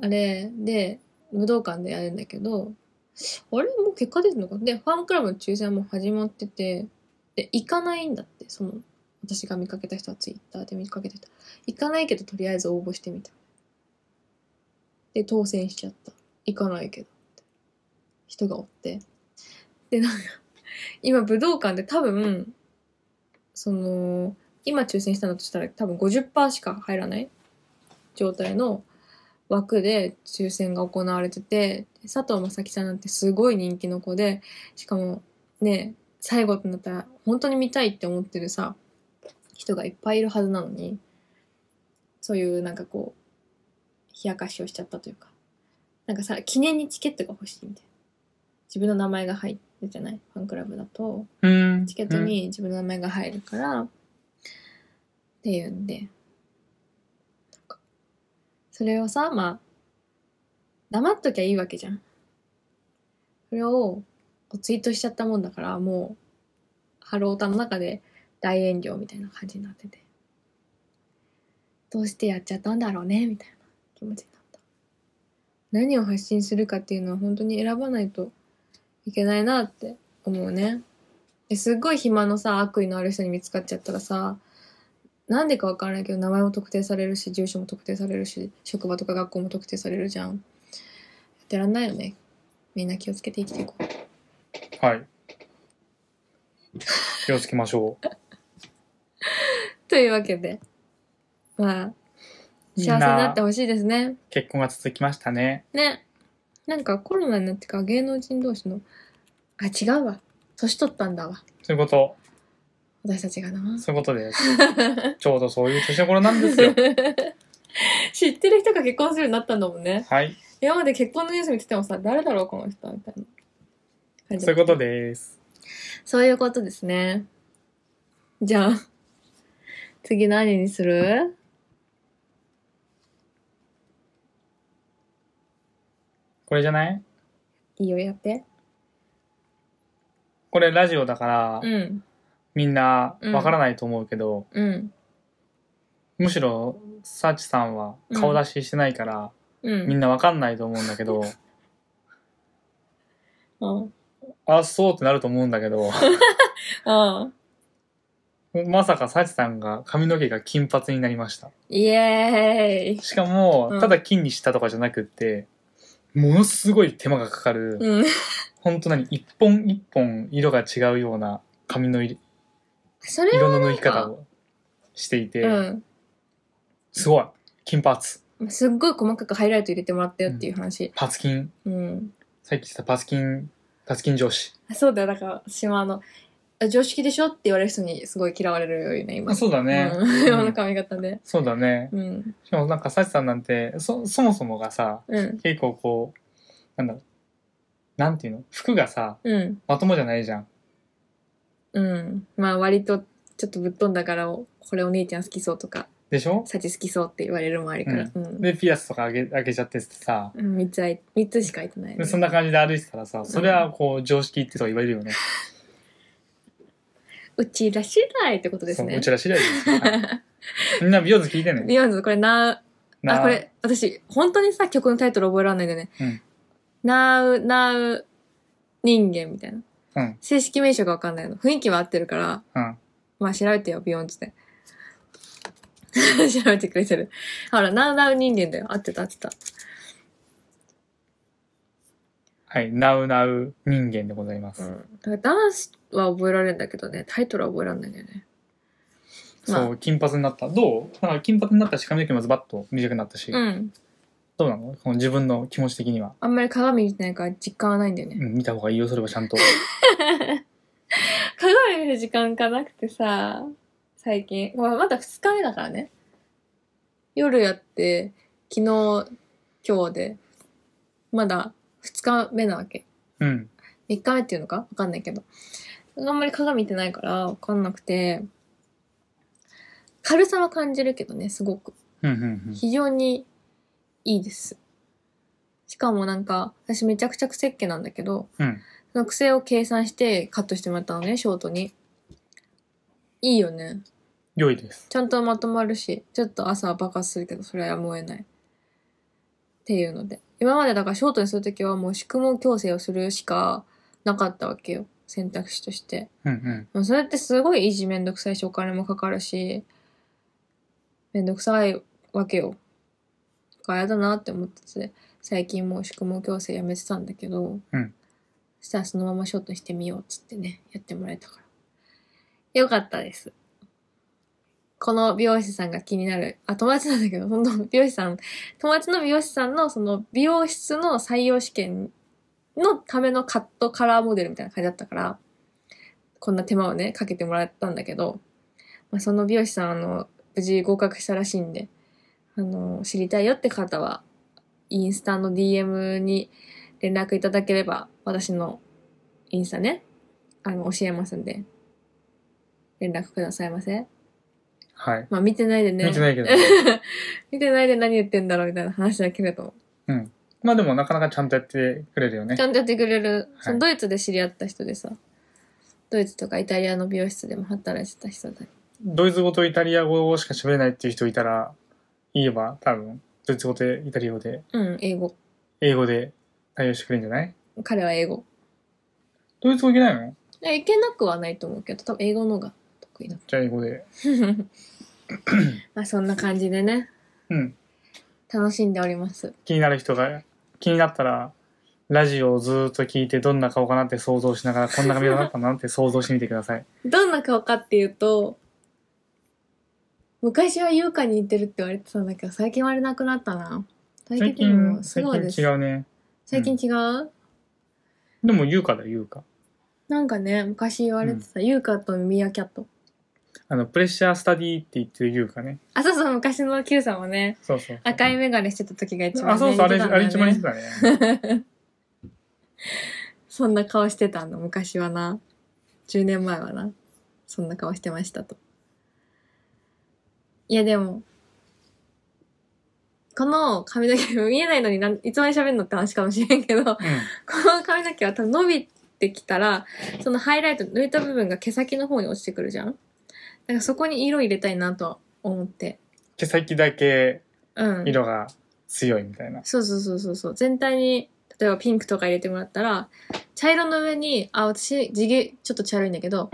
Speaker 2: あれで武道館でやるんだけどあれもう結果出てんのかでファンクラブの抽選も始まっててで行かないんだってその私が見かけた人はツイッターで見かけた人行かないけどとりあえず応募してみたで当選しちゃった行かないけどって人がおってでなんか今武道館で多分その今抽選したんだとしたら多分50%しか入らない状態の枠で抽選が行われてて佐藤正樹ちゃんなんてすごい人気の子でしかもね最後となったら本当に見たいって思ってるさ人がいっぱいいるはずなのにそういうなんかこう冷やかしをしちゃったというかなんかさ記念にチケットが欲しいみたいな自分の名前が入ってるじゃないファンクラブだと。
Speaker 1: うん
Speaker 2: チケットに自分の名前が入るから、っていうんで、なんかそれをさ、まあ、黙っときゃいいわけじゃん。それをツイートしちゃったもんだから、もう、ハロータの中で大炎上みたいな感じになってて、どうしてやっちゃったんだろうね、みたいな気持ちになった。何を発信するかっていうのは本当に選ばないといけないなって思うね。ですっごい暇のさ悪意のある人に見つかっちゃったらさなんでかわからないけど名前も特定されるし住所も特定されるし職場とか学校も特定されるじゃんやってらんないよねみんな気をつけて生きていこう
Speaker 1: はい。気をつけましょう。
Speaker 2: というわけでまあ
Speaker 1: みん
Speaker 2: 幸せにな
Speaker 1: な
Speaker 2: ってほしいですね
Speaker 1: 結婚が続きましたね。
Speaker 2: ねなんかコロナになってから芸能人同士のあ違うわ年取ったんだわ
Speaker 1: そういうこと、
Speaker 2: 私たちがな
Speaker 1: そういうことです。ちょうどそういう年頃なんです
Speaker 2: (laughs)
Speaker 1: よ。
Speaker 2: 知ってる人が結婚するようになったんだもんね
Speaker 1: はい。
Speaker 2: 今まで結婚のニュース見ててもさ誰だろうこの人みたいな感じ
Speaker 1: そういうことです。
Speaker 2: そういうことですねじゃあ次何にする
Speaker 1: これじゃない
Speaker 2: いいよやって
Speaker 1: これラジオだから、
Speaker 2: うん
Speaker 1: みんなわからないと思うけど、
Speaker 2: うん
Speaker 1: むしろ、サーチさんは顔出ししてないから、
Speaker 2: う
Speaker 1: みん
Speaker 2: ん
Speaker 1: なわかんないと思うんだけど、
Speaker 2: あ
Speaker 1: あ、そうってなると思うんだけ
Speaker 2: (laughs)
Speaker 1: ど、
Speaker 2: あ
Speaker 1: まさかサーチさんが髪の毛が金髪になりました。
Speaker 2: イエーイ
Speaker 1: しかも、
Speaker 2: うん
Speaker 1: ただ金にしたとかじゃなくって、ものすごい手間がかかる、
Speaker 2: うん
Speaker 1: ほんと何、一本一本色が違うような髪の色
Speaker 2: それ
Speaker 1: 色
Speaker 2: は
Speaker 1: の抜
Speaker 2: ん
Speaker 1: き
Speaker 2: か
Speaker 1: 方をしていて、
Speaker 2: うん
Speaker 1: すごい金髪
Speaker 2: すっごい細かくハイライト入れてもらったよっていう話
Speaker 1: パツキン
Speaker 2: うん、
Speaker 1: さっき言ってたパツキンパツキン上司
Speaker 2: あそうだよだから私はあのあ常識でしょって言われる人にすごい嫌われるよね今
Speaker 1: あそうだね、
Speaker 2: うん、今の髪型で
Speaker 1: そうだね
Speaker 2: うん
Speaker 1: しかもなんかサチさんなんてそそもそもがさ
Speaker 2: うん
Speaker 1: 結構こうなんだろうなんていうの服がさ
Speaker 2: うん
Speaker 1: まともじゃないじゃん
Speaker 2: うんまあ割とちょっとぶっ飛んだからこれお姉ちゃん好きそうとか
Speaker 1: でしょ
Speaker 2: サチ好きそうって言われる周りからうん、
Speaker 1: でピアスとかあげあげちゃっててさ
Speaker 2: うん、3, つあい三つしか開いてない、
Speaker 1: でそんな感じで歩いてたらさそれはこう常識ってとか言われるよね、
Speaker 2: うちらしないってことで
Speaker 1: そ
Speaker 2: す
Speaker 1: う
Speaker 2: ね
Speaker 1: うちら次第です、
Speaker 2: (laughs)
Speaker 1: はいみんな美容図聞いてね
Speaker 2: ビヨンズこれな
Speaker 1: な
Speaker 2: あこれ私本当にさ曲のタイトル覚えられないんだよね
Speaker 1: うん
Speaker 2: 「なうなう人間」みたい
Speaker 1: う
Speaker 2: な
Speaker 1: ん
Speaker 2: 正式名称がわかんないの雰囲気は合ってるか
Speaker 1: う
Speaker 2: ら
Speaker 1: ん
Speaker 2: まあ調べてよビヨンズで (laughs) 調べてくれてるほら「なうなう人間」だよ合ってた合ってた
Speaker 1: はい、ナウナウ人間でございます。
Speaker 2: うん、だからダンスは覚えられるんだけどねタイトルは覚えられないんだよねま
Speaker 1: そ
Speaker 2: あ
Speaker 1: う、金髪になった。どうなんか金髪になったし、髪の毛もズバッと短くなったし、
Speaker 2: うん
Speaker 1: どうなのこの自分の気持ち的には。
Speaker 2: あんまり鏡見てないから実感はないんだよね
Speaker 1: うん、見た方がいいよ、それはちゃん
Speaker 2: (laughs)
Speaker 1: と。
Speaker 2: 鏡見る時間がなくてさ最近まあまだ2日目だからね夜やって昨日今日でまだ2日目なわけ
Speaker 1: うん。
Speaker 2: 3日目っていうのかわかんないけどあんまり鏡見てないからわかんなくて軽さは感じるけどねすごく
Speaker 1: うん、うん、うん。
Speaker 2: 非常にいいですしかもなんか私めちゃくちゃ癖っ気なんだけど
Speaker 1: うん。
Speaker 2: その癖を計算してカットしてもらったのね、ショートに。いいよね。
Speaker 1: 良いです。
Speaker 2: ちゃんとまとまるし、ちょっと朝は爆発するけど、それはやむを得ない。っていうので。今までだからショートにするときはもう宿毛矯正をするしかなかったわけよ。選択肢として。
Speaker 1: うん、うん。
Speaker 2: でもそれってすごい維持めんどくさいし、お金もかかるし、めんどくさいわけよ。だからやだなって思ってて、最近もう宿毛矯正やめてたんだけど、
Speaker 1: うん
Speaker 2: そしたらそのままショートしてみようっつってね、やってもらえたから。よかったです。この美容師さんが気になる、あ、友達なんだけど、その美容師さん、友達の美容師さんのその美容室の採用試験のためのカットカラーモデルみたいな感じだったから、こんな手間をね、かけてもらったんだけど、まあ、その美容師さん、あの、無事合格したらしいんで、あの、知りたいよって方は、インスタの DM に連絡いただければ、私のインスタね、あの、教えますんで、連絡くださいませ。
Speaker 1: はい。
Speaker 2: まあ、見てないでね。
Speaker 1: 見てないけど
Speaker 2: (laughs) 見てないで何言ってんだろうみたいな話だけれども。
Speaker 1: まあでも、なかなかちゃんとやってくれるよね
Speaker 2: ち。ゃんとやってくれる、
Speaker 1: い
Speaker 2: そのドイツで知り合った人でさ、ドイツとかイタリアの美容室でも働いてた人だ
Speaker 1: ドイツ語とイタリア語しか喋れないっていう人いたら、言えば、多分、ドイツ語とイタリア語で、
Speaker 2: うん、英語。
Speaker 1: 英語で対応してくれるんじゃない
Speaker 2: 彼は英語。
Speaker 1: ドイツ語いけないの
Speaker 2: (laughs) いやいけなくはないと思うけど、多分英語の方が得意だ。
Speaker 1: じゃあ英語で。
Speaker 2: まあそんな感じでね、
Speaker 1: うん。
Speaker 2: 楽しんでおります。
Speaker 1: 気になる人が、気になったら、ラジオをずーっと聞いて、どんな顔かなって想像しながら、こんな髪型だったなって想像してみてくだ
Speaker 2: (laughs)
Speaker 1: さい。
Speaker 2: どんな顔かっていうと、昔は優香に似てるって言われてたんだけど、最近はあれなくなったな。
Speaker 1: 最
Speaker 2: で
Speaker 1: 近、
Speaker 2: もす
Speaker 1: 最
Speaker 2: ごいです。
Speaker 1: 近違うね。
Speaker 2: 最近違う、
Speaker 1: でも、優香だよ、優香。
Speaker 2: なんかね、昔言われてた、優香とミーアキャット。
Speaker 1: あの、プレッシャースタディって言ってる優香ね。
Speaker 2: あ、そうそう、昔の Q さんもね、
Speaker 1: そうそう。
Speaker 2: 赤いメガネしてた時が一番、ね、
Speaker 1: あ、そうそう、あれ、
Speaker 2: 似てた
Speaker 1: あれ一番似
Speaker 2: ん
Speaker 1: て
Speaker 2: だよね
Speaker 1: た
Speaker 2: (laughs)
Speaker 1: ね。
Speaker 2: そんな顔してたの、昔はな。10年前はな。そんな顔してましたと。いや、でも、この髪の毛、見えないのになんいつまで喋るのって話かもしれんけど、 (laughs) この髪の毛は多分伸びてきたら、そのハイライト、抜いた部分が毛先の方に落ちてくるじゃんだからそこに色入れたいなとは思って。
Speaker 1: 毛先だけ
Speaker 2: うん。
Speaker 1: 色が強いみたいな。
Speaker 2: そうそうそうそうそう。全体に、例えばピンクとか入れてもらったら、茶色の上に、あ、私、地毛、ちょっと茶色いんだけど、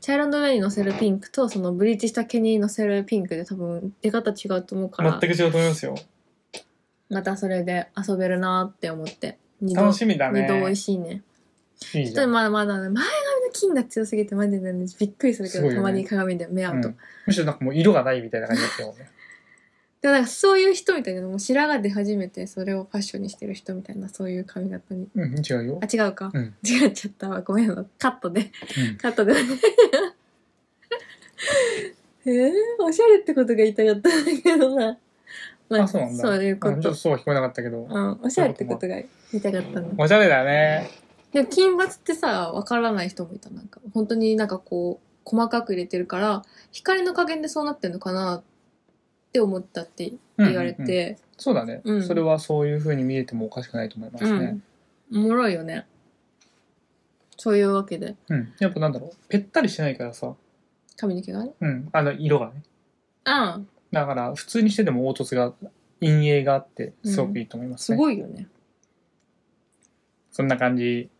Speaker 2: 茶色の上に乗せるピンクと、そのブリーチした毛に乗せるピンクで多分、出方違うと思うから、
Speaker 1: 全く違うと思いますよ。
Speaker 2: またそれで遊べるなって思って。二度、
Speaker 1: 楽しみだね
Speaker 2: 二。度美味しいね。
Speaker 1: いい
Speaker 2: ちょっ
Speaker 1: じゃ
Speaker 2: と
Speaker 1: ん。
Speaker 2: まだまだね、前髪の金が強すぎてマジでね、びっくりするけ
Speaker 1: す
Speaker 2: ど、
Speaker 1: ごいよ
Speaker 2: た
Speaker 1: ね
Speaker 2: まに鏡で目合うと。
Speaker 1: うんむしろなんかもう色がないみたいな感じだったよね。
Speaker 2: でもなんかそういう人みたいなのも白髪出始めて、それをファッションにしてる人みたいな、そういう髪型に。
Speaker 1: うん、違うよ
Speaker 2: あ、。違うか。
Speaker 1: うん。
Speaker 2: 違っちゃったわ。ごめんな。カットで。
Speaker 1: うん
Speaker 2: カットで。 (laughs) えー、おしゃれってことが言いたかったんだけどな。ま
Speaker 1: あ、そうなんだ。
Speaker 2: そういうこ
Speaker 1: んちょっ
Speaker 2: と
Speaker 1: と。そうは聞こえなかったけど。
Speaker 2: うん、おしゃれってことが言いたかったんだ。
Speaker 1: おしゃれだね。
Speaker 2: でも金髪ってさ、わからない人もいた。なんか、本当になんかこう、細かく入れてるから、光の加減でそうなってんのかなって思ったって言われ
Speaker 1: うんうんうん。
Speaker 2: て、
Speaker 1: そうだね
Speaker 2: うん。
Speaker 1: それはそういう風に見えてもおかしくないと思いま
Speaker 2: う
Speaker 1: すね
Speaker 2: ん。。おもろいよね。そういうわけで、
Speaker 1: うん。やっぱなんだろう。ぺったりしてないからさ。
Speaker 2: 髪の毛がね。
Speaker 1: うん。あの、色がね。
Speaker 2: うん。
Speaker 1: だから、普通にしてでも凹凸が、陰影があって、すごくいいと思います
Speaker 2: す
Speaker 1: ね。い。
Speaker 2: ごいよね。
Speaker 1: そんな感じ。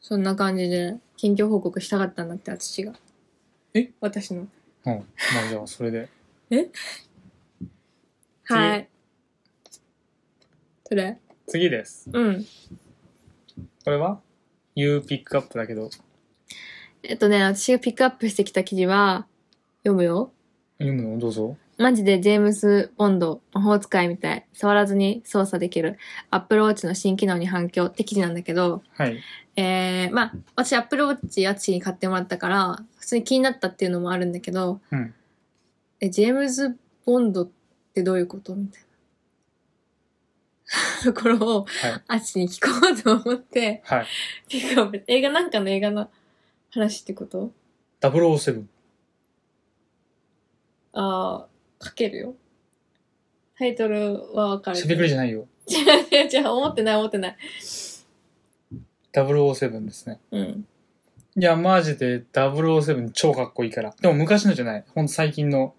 Speaker 2: そんな感じで、近況報告したかったんだって、私が。
Speaker 1: え
Speaker 2: 私の。
Speaker 1: うん。まあじゃあ、それで。次
Speaker 2: はい。それ
Speaker 1: 次です。
Speaker 2: うん。
Speaker 1: これは ?You pick up だけど、
Speaker 2: えっとね、私がピックアップしてきた記事は、読むよ。
Speaker 1: 読むのどうぞ。
Speaker 2: マジでジェームス・ボンド、魔法使いみたい。触らずに操作できる。アップルウォッチの新機能に反響って記事なんだけど、
Speaker 1: はい。
Speaker 2: えー、まあ、私、アップルウォッチ、やつに買ってもらったから、普通に気になったっていうのもあるんだけど、
Speaker 1: うん
Speaker 2: え、ジェームズ・ボンドってどういうことみたいな (laughs) ところを、
Speaker 1: はい。
Speaker 2: あっちに聞こうと思って、
Speaker 1: はい。
Speaker 2: ピックアップ映画なんかの映画の話ってこと
Speaker 1: 007。
Speaker 2: ああ、書けるよ。タイトルはわかるけ
Speaker 1: しゃべ
Speaker 2: ど。
Speaker 1: くりじゃないよ。
Speaker 2: 違う (laughs) 違う違う、思ってない思ってない。
Speaker 1: 007ですね。
Speaker 2: うん。
Speaker 1: いや、マジで007超かっこいいから。でも昔のじゃない。ほんと最近の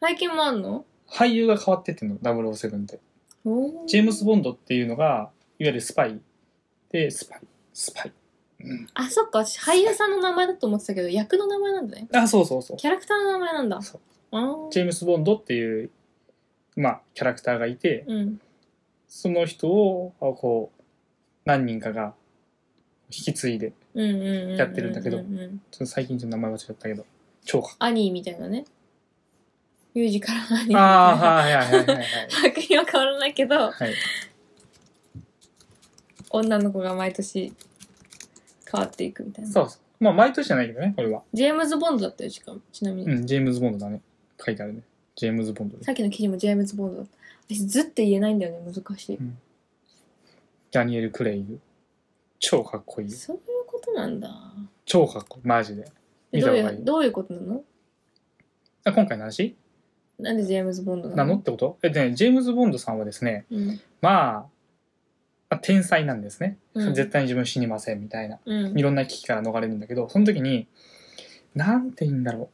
Speaker 2: 最近もあんの
Speaker 1: 俳優が変わってってんの、007って。ジェームス・
Speaker 2: ンド。
Speaker 1: ボンドっていうのが、いわゆるスパイ。で、スパイ。スパイ。うん。
Speaker 2: あ、そっか、私俳優さんの名前だと思ってたけど、役の名前なんだね。
Speaker 1: あ、そうそうそう。
Speaker 2: キャラクターの名前なんだ。
Speaker 1: そう
Speaker 2: あー
Speaker 1: ジェームス・ボンドっていう、まあ、キャラクターがいて、
Speaker 2: うん。
Speaker 1: その人を、あこう、何人かが引き継いで、
Speaker 2: うんうんうんうん。
Speaker 1: やってるんだけど
Speaker 2: ううん
Speaker 1: ちょっと最近ちょっと名前忘れちゃったけど、超かっ
Speaker 2: アニーみたいなね。ミュージカルアニーみたい
Speaker 1: こいい。
Speaker 2: な。
Speaker 1: ああ、はいはいはいはいはい。
Speaker 2: 作品は変わらないけど、
Speaker 1: はい。
Speaker 2: 女の子が毎年変わっていくみたいな。
Speaker 1: そうそう。まあ、毎年じゃないけどね、これは。
Speaker 2: ジェームズ・ボンドだったよ、しかも。ちなみに。
Speaker 1: うん、ジェームズ・ボンドだね。書いてあるね。ジェームズ・ボンドで
Speaker 2: さっきの記事もジェームズ・ボンドだった。私、ずって言えないんだよね、難しい。
Speaker 1: ダニエル・クレイグ。超かっこいいよ。
Speaker 2: そういうことなんだ。
Speaker 1: 超かっこいい。マジで。見た
Speaker 2: どう
Speaker 1: 方
Speaker 2: い、
Speaker 1: がいうい。
Speaker 2: どういうことなの
Speaker 1: あ今回の話
Speaker 2: なんでジェームズ・ボンドな
Speaker 1: なのっ
Speaker 2: の
Speaker 1: てことえっとね、ジェームズ・ボンドさんはですね、
Speaker 2: うん。
Speaker 1: まあ、まあ天才なんですね。
Speaker 2: うん
Speaker 1: 絶対に自分死にませんみたいな。
Speaker 2: うん
Speaker 1: い。ろんな危機から逃れるんだけど、その時に、なんて言うんだろ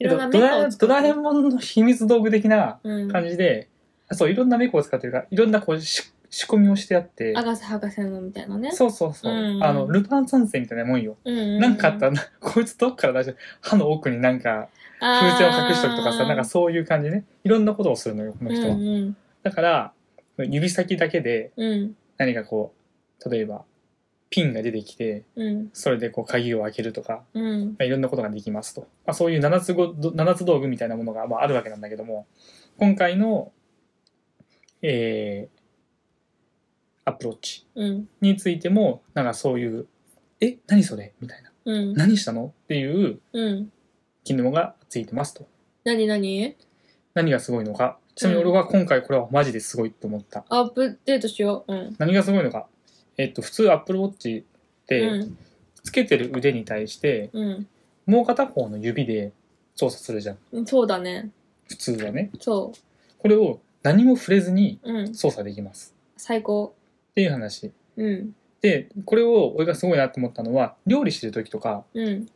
Speaker 1: う。
Speaker 2: いろんな
Speaker 1: えっと
Speaker 2: メ
Speaker 1: ド
Speaker 2: カ
Speaker 1: ラ
Speaker 2: を使
Speaker 1: ドラえ
Speaker 2: って。
Speaker 1: もんの秘密道具的な
Speaker 2: うん。
Speaker 1: 感じで、そう、いろんなメコを使ってるから、いろんなこうし仕込みをしてあって、
Speaker 2: アガサ博士のみたいなね。
Speaker 1: そうそうそう。
Speaker 2: うん
Speaker 1: あの、ルパン三世みたいなもんよ。
Speaker 2: うんうんうん
Speaker 1: (laughs) なんかあったら、こいつどっから出して、歯の奥になんか風
Speaker 2: 風
Speaker 1: 船を隠しとくとかさなんかそういう感じねいろんなことをするのよこの人は、
Speaker 2: うんうん
Speaker 1: だから指先だけで
Speaker 2: うん
Speaker 1: 何かこう例えばピンが出てきて
Speaker 2: うん
Speaker 1: それでこう鍵を開けるとか、
Speaker 2: うん
Speaker 1: まあ、いろんなことができますと、まあ、そういう七つご七つ道具みたいなものが、まあ、あるわけなんだけども今回のえーアプローチ
Speaker 2: うん
Speaker 1: についてもなんかそういう「え何それ?」みたいな「
Speaker 2: うん
Speaker 1: 何したの?」っていう
Speaker 2: うん
Speaker 1: 機能がついてますと
Speaker 2: 何何
Speaker 1: 何がすごいのかちなみに俺は今回これはマジですごいと思った
Speaker 2: アップデートしよううん
Speaker 1: 何がすごいのかえっと普通 Apple Watch って
Speaker 2: うん
Speaker 1: つけてる腕に対して
Speaker 2: うん
Speaker 1: もう片方の指で操作するじゃん
Speaker 2: うんそうだね
Speaker 1: 普通はね
Speaker 2: そ
Speaker 1: これを何も触れずに
Speaker 2: ううん
Speaker 1: 操作できます
Speaker 2: 最高
Speaker 1: っていう話
Speaker 2: うん
Speaker 1: でこれを俺がすごいなと思ったのは料理してる時とか
Speaker 2: うん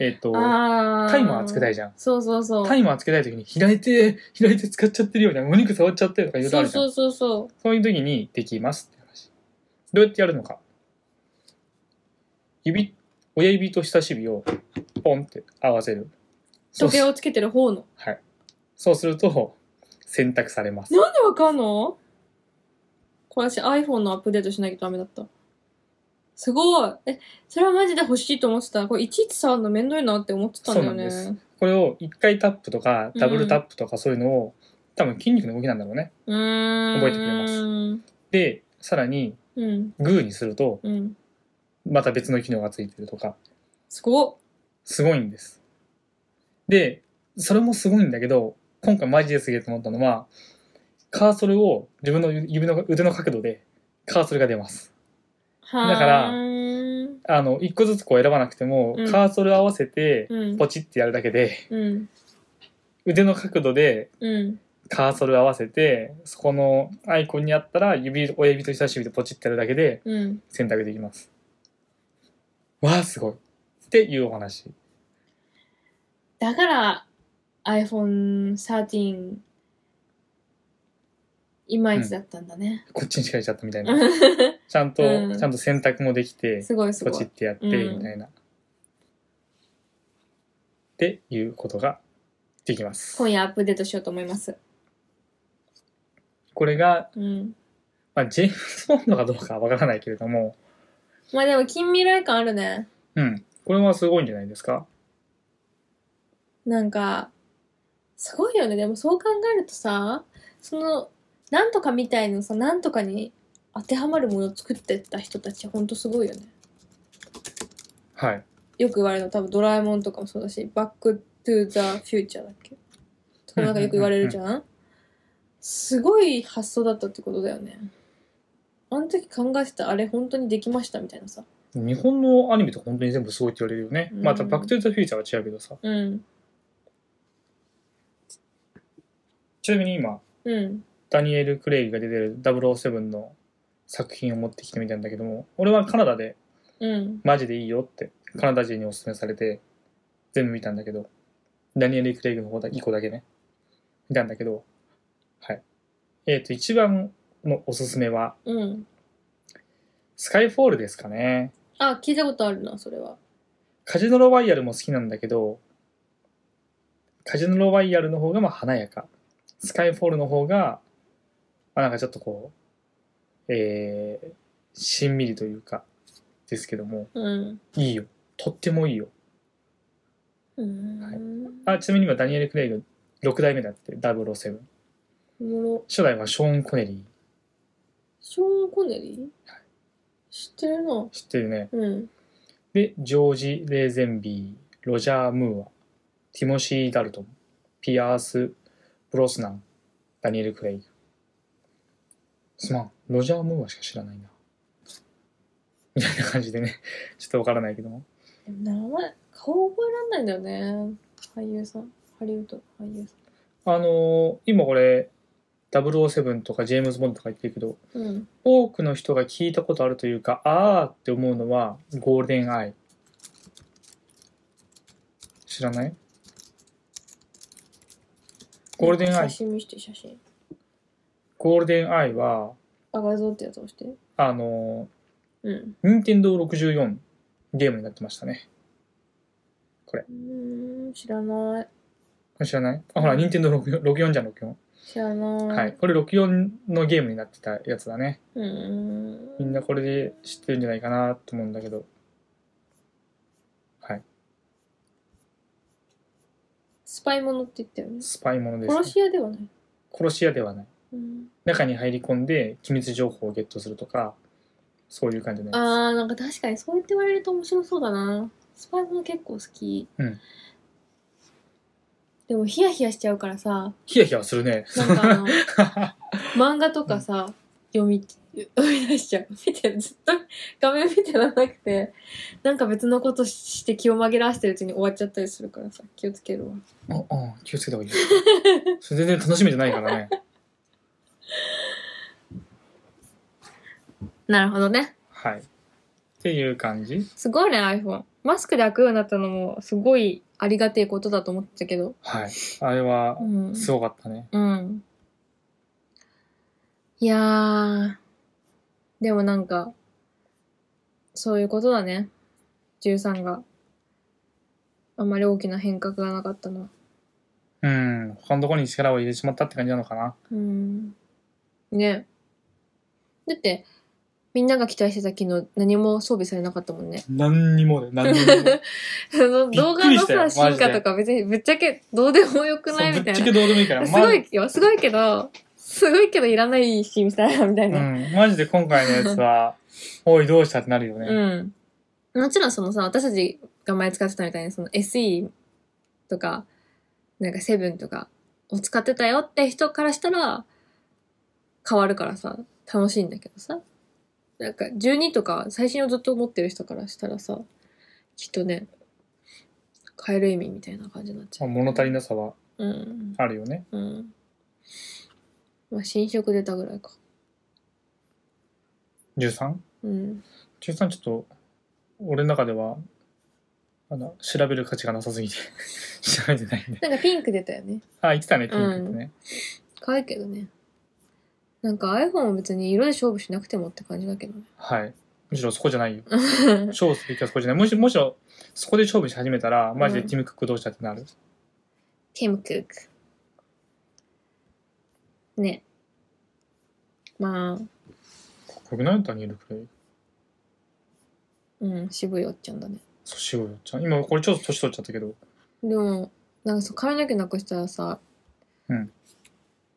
Speaker 1: えっと
Speaker 2: ああ
Speaker 1: タイマーつけた
Speaker 2: い
Speaker 1: いじゃん
Speaker 2: そうそうそう
Speaker 1: タイマーつけたい時に開いて開いて使っちゃってるようなお肉触っちゃってるとかいうとあ
Speaker 2: そう
Speaker 1: るじゃん
Speaker 2: そうそうそ
Speaker 1: そういう時にできますって話。どうやってやるのか。指、親指と人差し指をポンって合わせる。
Speaker 2: う
Speaker 1: そう
Speaker 2: 時計
Speaker 1: す
Speaker 2: をつけてる方の
Speaker 1: はい、そうすると、選択されます。
Speaker 2: なんでわかんのこれ私 iPhone のアップデートしなきゃダメだった。すごいえ、それはマジで欲しいと思ってた。これいちいち触るのめんどいなって思ってたんだよね。
Speaker 1: そう
Speaker 2: う
Speaker 1: なんこれを1回タップとかダブルタップとかそういうのを、多分筋肉の動きなんだろうね。
Speaker 2: ーん。
Speaker 1: 覚えてくれまで、さらに
Speaker 2: うん。
Speaker 1: グーにすると、
Speaker 2: うん。
Speaker 1: また別の機能がついてるとか、
Speaker 2: すごっ
Speaker 1: すごいんです。で、それもすごいんだけど、今回マジですげえと思ったのは、カーソルを自分の指の腕の角度でカーソルが出ます。
Speaker 2: はー
Speaker 1: だから
Speaker 2: うん。
Speaker 1: あの、一個ずつこう選ばなくても、
Speaker 2: うん
Speaker 1: カーソル合わせて、
Speaker 2: うん。
Speaker 1: ポチってやるだけで、
Speaker 2: うん。
Speaker 1: 腕の角度で
Speaker 2: うん。
Speaker 1: カーソル合わせて、そこのアイコンにあったら、指、親指と人差し指でポチってやるだけで
Speaker 2: うん。
Speaker 1: 選択できます。わあ、すごい。っていうお話。
Speaker 2: だから、iPhone 13、いまいちだったんだね。
Speaker 1: こっちに叱れちゃったみたいな。ちゃんと、
Speaker 2: うん
Speaker 1: ちゃんと選択もできて、
Speaker 2: (laughs) すごいす
Speaker 1: ポ
Speaker 2: ご
Speaker 1: チっ
Speaker 2: い。
Speaker 1: てやって
Speaker 2: うん
Speaker 1: みたいな、っていうことができます
Speaker 2: 今夜アップデートしようと思います。
Speaker 1: これが、
Speaker 2: うん。
Speaker 1: まあ、ジェームズ・ボンドかどうかはわからないけれども
Speaker 2: まあでも近未来感あるね。
Speaker 1: うんこれはすごいんじゃないですか
Speaker 2: なんか、すごいよね。でもそう考えるとさ、その、なんとかみたいなさ、なんとかに当てはまるものを作ってった人たち、ほんとすごいよね。
Speaker 1: はい
Speaker 2: よく言われるの、多分ドラえもんとかもそうだし、バックトゥザフューチャーだっけとかなんかよく言われるじゃんすごい発想だったってことだよね。あの時考えてたあれ本当にできましたみたいなさ。
Speaker 1: 日本のアニメと本当に全部すごいって言われるよね、
Speaker 2: うん
Speaker 1: また「バック・トゥ・ザ・フューチャー」は違うけどさ
Speaker 2: うん。
Speaker 1: ちなみに今
Speaker 2: うん。
Speaker 1: ダニエル・クレイグが出てる007の作品を持ってきてみたんだけども俺はカナダで
Speaker 2: うん。
Speaker 1: マジでいいよってカナダ人におすすめされて全部見たんだけどダニエル・クレイグの方だいい子だけね見たんだけどはいえっ、と一番のおすすめは
Speaker 2: うん。
Speaker 1: スカイフォールですかね
Speaker 2: あ、聞いたことあるな、それは。
Speaker 1: カジノロワイヤルも好きなんだけどカジノロワイヤルの方がまあ華やかスカイフォールの方がまあなんかちょっとこうえー、しんみりというかですけども
Speaker 2: うん。
Speaker 1: いいよとってもいいよ
Speaker 2: うーん。
Speaker 1: あちなみに今ダニエル・クレイグ6代目だって007
Speaker 2: おもろ。
Speaker 1: 初代はショーン・コネリ
Speaker 2: ショーン・コネリー知ってるな。
Speaker 1: ー知ってるね
Speaker 2: うん。
Speaker 1: でジョージ・レーゼンビーロジャー・ムーアティモシー・ダルトンピアース・ブロスナンダニエル・クレイグすまんロジャー・ムーアしか知らない (laughs) なみたいな感じでねちょっとわからないけども
Speaker 2: でも名前、顔覚えらんないんだよね。俳優さん。ハリウッド俳優さ
Speaker 1: あのー今これ007とかジェームズ・ボンドとか言ってるけど
Speaker 2: ん。うん。
Speaker 1: 多くの人が聞いたことあるというかあーって思うのはゴールデンアイ知らないゴールデンアイ
Speaker 2: 写真見して、写真。
Speaker 1: ゴールデンアイは
Speaker 2: あ、画像ってやつ押して。
Speaker 1: あの
Speaker 2: うん。
Speaker 1: 任天堂64ゲームになってましたね
Speaker 2: うーん、知らない。
Speaker 1: 知らないあ、ほら、任天堂64 64じゃん、64。
Speaker 2: 知らない。
Speaker 1: はい。これ64のゲームになってたやつだね。
Speaker 2: うー
Speaker 1: みん
Speaker 2: ん。
Speaker 1: なこれで知ってるんじゃないかなと思うんだけど。はい。
Speaker 2: スパイものって言ったよね。
Speaker 1: スパイものです、
Speaker 2: 殺し屋ではない。
Speaker 1: 殺し屋ではない。
Speaker 2: うん、
Speaker 1: 中に入り込んで機密情報をゲットするとか、そういう感じの
Speaker 2: あ
Speaker 1: や
Speaker 2: ー、なんか確かにそう言って言われると面白そうだな。スパイもの結構好き。
Speaker 1: うん
Speaker 2: でもヒヤヒヤしちゃうからさ、
Speaker 1: つ。ヒヤヒヤするね。
Speaker 2: なんかあ
Speaker 1: (laughs)
Speaker 2: の、漫画とかさ、読み、 (laughs) 読み出しちゃう。見て、ずっと画面見てらんなくて、なんか別のことして気を紛らわしてるうちに終わっちゃったりするからさ、気をつけるわ。
Speaker 1: ああ気をつけた方 (laughs) がいいよそれ全然楽しめてないからね
Speaker 2: なるほどね。
Speaker 1: はいっていう感じ
Speaker 2: すごいね、iPhone。マスクで開くようになったのも、すごいありがてえことだと思ってたけど。
Speaker 1: はいあれは
Speaker 2: うん。
Speaker 1: すごかったね
Speaker 2: うん。いやー。でもなんか、そういうことだね。13が。あんまり大きな変革がなかったのは。
Speaker 1: うん他のところに力を入れてしまったって感じなのかな
Speaker 2: うん。ね。だって、みんなが期待してた機能、何も装備されなかったもんね。
Speaker 1: 何にもで何にも
Speaker 2: (laughs)
Speaker 1: (laughs)
Speaker 2: その
Speaker 1: びっ
Speaker 2: 動
Speaker 1: く
Speaker 2: 画
Speaker 1: り
Speaker 2: の
Speaker 1: したよ
Speaker 2: さ、進
Speaker 1: マジ
Speaker 2: 化
Speaker 1: で
Speaker 2: とか別にぶっちゃけどうでもよく
Speaker 1: そう
Speaker 2: ない
Speaker 1: ぶ
Speaker 2: みた
Speaker 1: っ
Speaker 2: い
Speaker 1: ちゃけ。
Speaker 2: な
Speaker 1: どうでもいいから
Speaker 2: す
Speaker 1: ま
Speaker 2: ごいよ、すごいけど、すごいけどいらないし、みたいな、みたいうな。
Speaker 1: ん、マジで今回のやつ (laughs) はおいどうしたってなるよね、
Speaker 2: うん。もちろんそのさ、私たちが前使ってたみたいに、その SE とか、なんかセブンとかを使ってたよって人からしたら、変わるからさ、楽しいんだけどさ。なんか12とか最新をずっと持ってる人からしたらさ、きっとね、変える意味みたいな感じになっちゃ
Speaker 1: ま
Speaker 2: う。
Speaker 1: あ物足りなさは
Speaker 2: うん。
Speaker 1: あるよね
Speaker 2: うん。まあ、新色出たぐらいか。
Speaker 1: 1313
Speaker 2: うん。
Speaker 1: ちょっと俺の中ではあの調べる価値がなさすぎて (laughs) 調べてないんで
Speaker 2: なんかピンク出たよね。
Speaker 1: あ言ってたねピンクってね、
Speaker 2: 可愛いけどね。なんか iPhone も別に色で勝負しなくてもって感じだけどね。
Speaker 1: はい。むしろそこじゃないよ。
Speaker 2: (laughs)
Speaker 1: 勝負すべきはそこじゃない。むしろ、むしろそこで勝負し始めたら、マジでティム・クックどうしたってなる。
Speaker 2: ティム・クック。ね。まあ、
Speaker 1: かっこよくないダニエル・クレイ。
Speaker 2: うん、渋いおっちゃんだね。
Speaker 1: そうしようよ。ちゃん今、これちょっと年取っちゃったけど。
Speaker 2: でも、なんかそう髪の毛なくしたらさ、
Speaker 1: うん。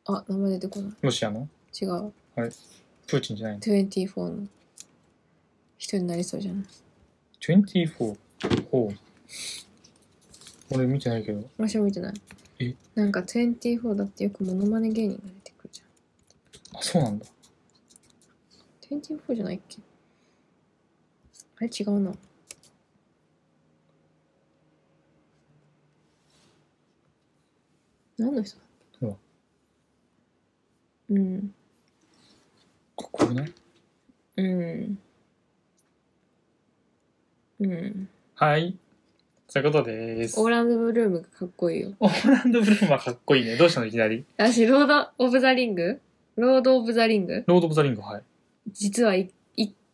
Speaker 2: あ、名前出てこない。
Speaker 1: ロシアの
Speaker 2: 違う。
Speaker 1: プーチンじゃないの。
Speaker 2: 24の人になりそうじゃない
Speaker 1: 24。ほう。俺見てないけど。
Speaker 2: 私も見てない。
Speaker 1: え
Speaker 2: なんか24だってよくモノマネ芸人が出てくるじ
Speaker 1: あ、そうなんだ。
Speaker 2: ゃん。24じゃないっけあれ違うな。何の人だっけ
Speaker 1: ほら
Speaker 2: うん。
Speaker 1: かっこよくない
Speaker 2: うん。うん。
Speaker 1: はい。そういうことです。
Speaker 2: オーランドブルームがかっこいいよ。
Speaker 1: オーランド・ブルームはかっこいいね。どうしたのいきなり。
Speaker 2: 私、ロード・オブ・ザ・リングロード・オブ・ザ・リング
Speaker 1: ロード・オブ・ザ・リング、はい。
Speaker 2: 実は1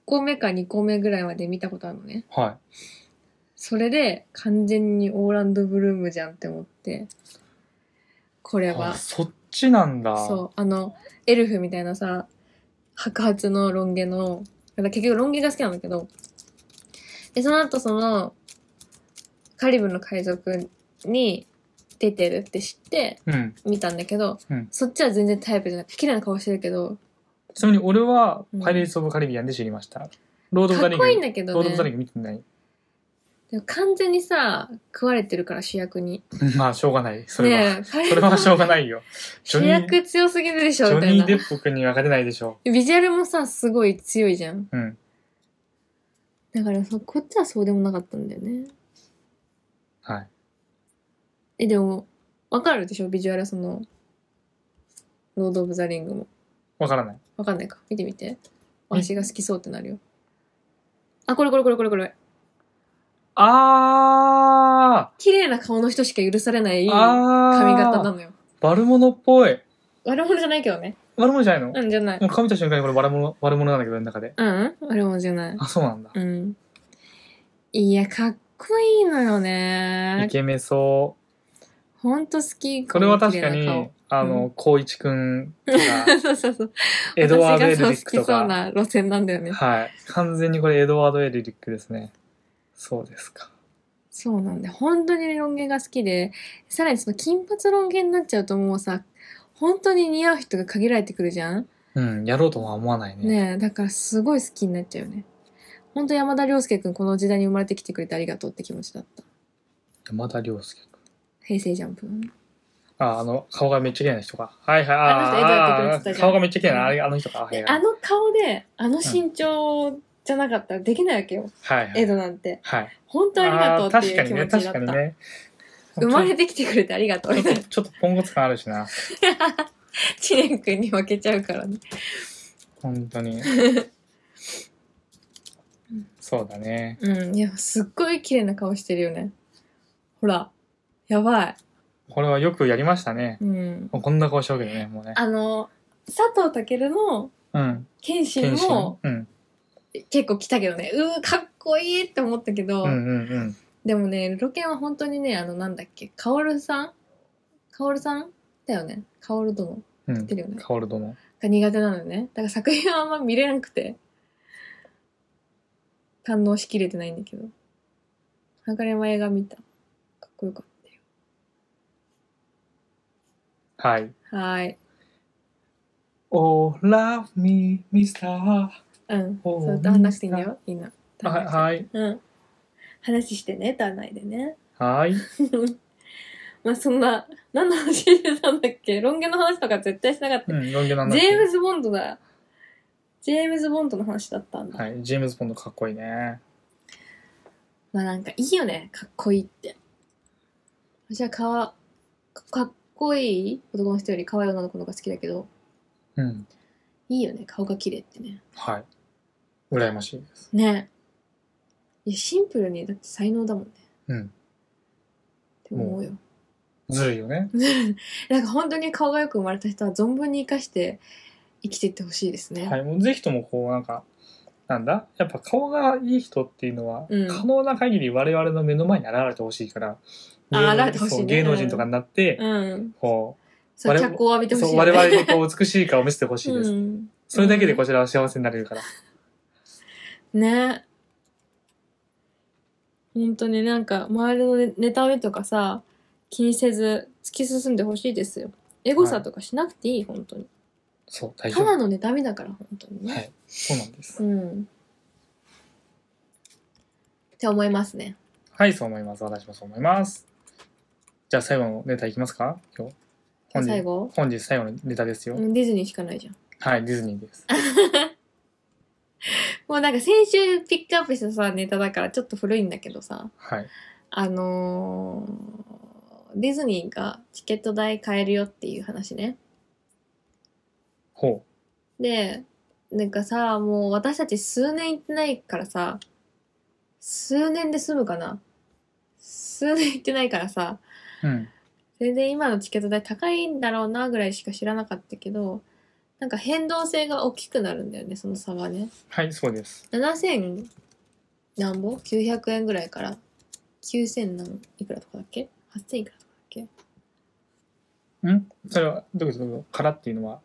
Speaker 2: 個目か2個目ぐらいまで見たことあるのね。
Speaker 1: は
Speaker 2: それで完全にオーランドブルームじゃんって思って。こ
Speaker 1: い。
Speaker 2: れ
Speaker 1: あ
Speaker 2: は。
Speaker 1: そっちなんだ。
Speaker 2: そう。あの、エルフみたいなさ、白髪のロン毛の、だから結局ロン毛が好きなんだけど。で、その後その、カリブの海賊に出てるって知って
Speaker 1: う。うん。
Speaker 2: 見たんだけど、
Speaker 1: うん
Speaker 2: そっちは全然タイプじゃなくて、綺麗な顔してるけど、
Speaker 1: ちなみに俺は
Speaker 2: うん、
Speaker 1: パイレーツ・オブ・カリビアンで知りました。ロード・オブ・
Speaker 2: か
Speaker 1: ザ・
Speaker 2: っ
Speaker 1: リング。
Speaker 2: こいいんだけ
Speaker 1: ロー
Speaker 2: ど
Speaker 1: ド・オブ・ザ・リン
Speaker 2: ね。
Speaker 1: グ見てない。
Speaker 2: でも完全にさ、食われてるから主役に。
Speaker 1: まあ、しょうがない。それは。
Speaker 2: ねえ、カリ
Speaker 1: そ
Speaker 2: ブ
Speaker 1: れはしょうがないよ。ジョ
Speaker 2: (laughs) 主
Speaker 1: ニー、
Speaker 2: 役強すぎるでし
Speaker 1: ジ
Speaker 2: ょみ
Speaker 1: ョ
Speaker 2: たい
Speaker 1: ニ
Speaker 2: な
Speaker 1: ー・デ。ップ君には勝てないでしょ
Speaker 2: ビジュアルもさ、すごい強いじゃん。
Speaker 1: う。うん。
Speaker 2: だからそ、こっちはそうでもなかったんだよね。
Speaker 1: はい。
Speaker 2: え、でも、わかるでしょビジュアルはその、ロード・オブ・ザ・リングも。
Speaker 1: わからない。
Speaker 2: わかんないか。見てみて。私が好きそうってなるよ。あ、これこれこれこれこれ。
Speaker 1: あ
Speaker 2: 綺麗な顔の人しか許されない
Speaker 1: ー
Speaker 2: 髪
Speaker 1: あー
Speaker 2: 型なのよ。
Speaker 1: 悪者っぽい。
Speaker 2: 悪者じゃないけどね。
Speaker 1: 悪者じゃないの
Speaker 2: うん、じゃない。
Speaker 1: もう髪見た瞬間にこれ悪者、悪者なんだけど、俺の中で。
Speaker 2: うん悪者じゃない。
Speaker 1: あ、そうなんだ。
Speaker 2: うん。いや、かっこいいのよね
Speaker 1: イ。ケメンそ
Speaker 2: ほんと好き。
Speaker 1: それは確か
Speaker 2: この綺麗な
Speaker 1: に
Speaker 2: 顔、
Speaker 1: あ
Speaker 2: う
Speaker 1: の、光一くんとか、
Speaker 2: そうそうそう。
Speaker 1: エドワード・エ
Speaker 2: (laughs) 私
Speaker 1: ル
Speaker 2: が
Speaker 1: リッ
Speaker 2: そう好
Speaker 1: ク
Speaker 2: き
Speaker 1: と
Speaker 2: そう
Speaker 1: か。
Speaker 2: な路線なんだよね。
Speaker 1: はい。完全にこれエドワード・エルリックですね。そうですか。
Speaker 2: そうなんだよ。本当にロン毛が好きで、さらにその金髪ロン毛になっちゃうともうさ、本当に似合う人が限られてくるじゃん
Speaker 1: うん、やろうとは思わないね。
Speaker 2: ねえ、だからすごい好きになっちゃうよね。本当山田涼介くんこの時代に生まれてきてくれてありがとうって気持ちだった。
Speaker 1: 山田涼介君。
Speaker 2: 平成ジャンプ。
Speaker 1: あ、あの、顔がめっちゃ綺麗な人か。はいはい、
Speaker 2: あの人絵描いてくれ
Speaker 1: あ
Speaker 2: てた
Speaker 1: ー
Speaker 2: じゃん
Speaker 1: 顔がめっちゃ綺麗な、あれあの人か。はい
Speaker 2: で
Speaker 1: は
Speaker 2: あ
Speaker 1: い。
Speaker 2: の顔で、あの身長じゃなかったらできないわけよ。
Speaker 1: はいはい
Speaker 2: エドなんて。
Speaker 1: はい。
Speaker 2: 本当ありがとうっていう気持ち
Speaker 1: あー
Speaker 2: だっ
Speaker 1: 確かにね、確かに
Speaker 2: た。
Speaker 1: ね。
Speaker 2: 生まれてきてくれてありが
Speaker 1: (laughs)
Speaker 2: とう
Speaker 1: ちょ
Speaker 2: み
Speaker 1: った
Speaker 2: い
Speaker 1: と
Speaker 2: な。
Speaker 1: ちょっとポンコツ感あるしな。
Speaker 2: 知念くんに負けちゃうからね。
Speaker 1: 本当
Speaker 2: (laughs)
Speaker 1: に。そうだね。
Speaker 2: うん。いや、すっごい綺麗な顔してるよね。ほら。やばい。
Speaker 1: これはよくやりましたね。
Speaker 2: うん。
Speaker 1: もうこんな顔しちゃうけどね、もうね。
Speaker 2: あの、佐藤健の
Speaker 1: うん。
Speaker 2: 剣心
Speaker 1: 謙信。
Speaker 2: も
Speaker 1: うん。
Speaker 2: 結構来たけどね。うー、かっこいいって思ったけど、
Speaker 1: うんうんうん。
Speaker 2: でもね、ロケンは本当にね、あの、なんだっけ、カオルさんカオルさんだよね。カオル殿。
Speaker 1: う
Speaker 2: 知ってるよ
Speaker 1: ん。
Speaker 2: ね
Speaker 1: カオル殿。
Speaker 2: が苦手なのよね。だから作品はあんま見れなくて、堪能しきれてないんだけど。流山映画見た。かっこよかっ
Speaker 1: はい。
Speaker 2: た。はーい。
Speaker 1: Oh, love me, Mr.
Speaker 2: うん。
Speaker 1: おー
Speaker 2: そう歌わなくていいんだよ。いいな。
Speaker 1: はい、はい。
Speaker 2: うん。話してね、歌わないでね。
Speaker 1: はい。
Speaker 2: まあそんな、何の話してたんだっけロン毛の話とか絶対しなかった。
Speaker 1: うん、ロン毛なんだっ
Speaker 2: ジ
Speaker 1: け
Speaker 2: ェームズ・ボンドだ。ジェームズ・ボンドの話だったんだ。
Speaker 1: はい、ジェームズ・ボンドかっこいいね。
Speaker 2: まあなんかいいよね。かっこいいって。私はかわ、かっこいい男の人より可愛い女の子の方が好きだけど、
Speaker 1: うん。
Speaker 2: いいよね。顔が綺麗ってね。
Speaker 1: はい。羨ましいです。
Speaker 2: ね。いや、シンプルに、だって才能だもんね。
Speaker 1: うん。
Speaker 2: って思うよ。
Speaker 1: ずるいよね。
Speaker 2: (laughs) なんか本当に顔がよく生まれた人は存分に生かして生きていってほしいですね。
Speaker 1: はい、もうぜひともこうなんかなんだやっぱ顔がいい人っていうのは、
Speaker 2: うん
Speaker 1: 可能な限り我々の目の前に現れてほしいから
Speaker 2: あ
Speaker 1: 芸能
Speaker 2: 現れてほしいね
Speaker 1: そう芸能人とかになって、
Speaker 2: うん。
Speaker 1: こ
Speaker 2: そう、
Speaker 1: 我
Speaker 2: 脚
Speaker 1: 々
Speaker 2: 光を浴び
Speaker 1: う
Speaker 2: てほしい、
Speaker 1: そ
Speaker 2: ね。
Speaker 1: う我々にこう美しい顔を見せてほしいです、
Speaker 2: うん。
Speaker 1: それだけでこちらは幸せになれるから、
Speaker 2: ね本当になんか周りのネタ目とかさ気にせず突き進んでほしいですよエゴサとかしなくていい、本当に
Speaker 1: そう大丈
Speaker 2: た
Speaker 1: 夫
Speaker 2: だのネタ目だから本当にね、
Speaker 1: はいそうなんです、
Speaker 2: うんって思いますね
Speaker 1: はいそう思います私もそう思いますじゃあ最後のネタいきますか今日本日
Speaker 2: 最後
Speaker 1: 本日最後のネタですよ、
Speaker 2: うんディズニーしかないじゃん
Speaker 1: はいディズニーです
Speaker 2: もうなんか先週ピックアップしたさネタだからちょっと古いんだけどさ
Speaker 1: はい
Speaker 2: あのーディズニーがチケット代買えるよっていう話ね
Speaker 1: ほ
Speaker 2: で、なんかさ、もう私たち数年行ってないからさ、数年で済むかな数年行ってないからさ、
Speaker 1: ううん
Speaker 2: 全然今のチケット代高いんだろうなぐらいしか知らなかったけど、なんか変動性が大きくなるんだよね、その差はね。
Speaker 1: はいそうです
Speaker 2: 7000何ぼ ?900 円ぐらいから9000何いくらとかだっけ ?8000 いくらとかだっけ
Speaker 1: んそれはどういうことどういうことからっていうのは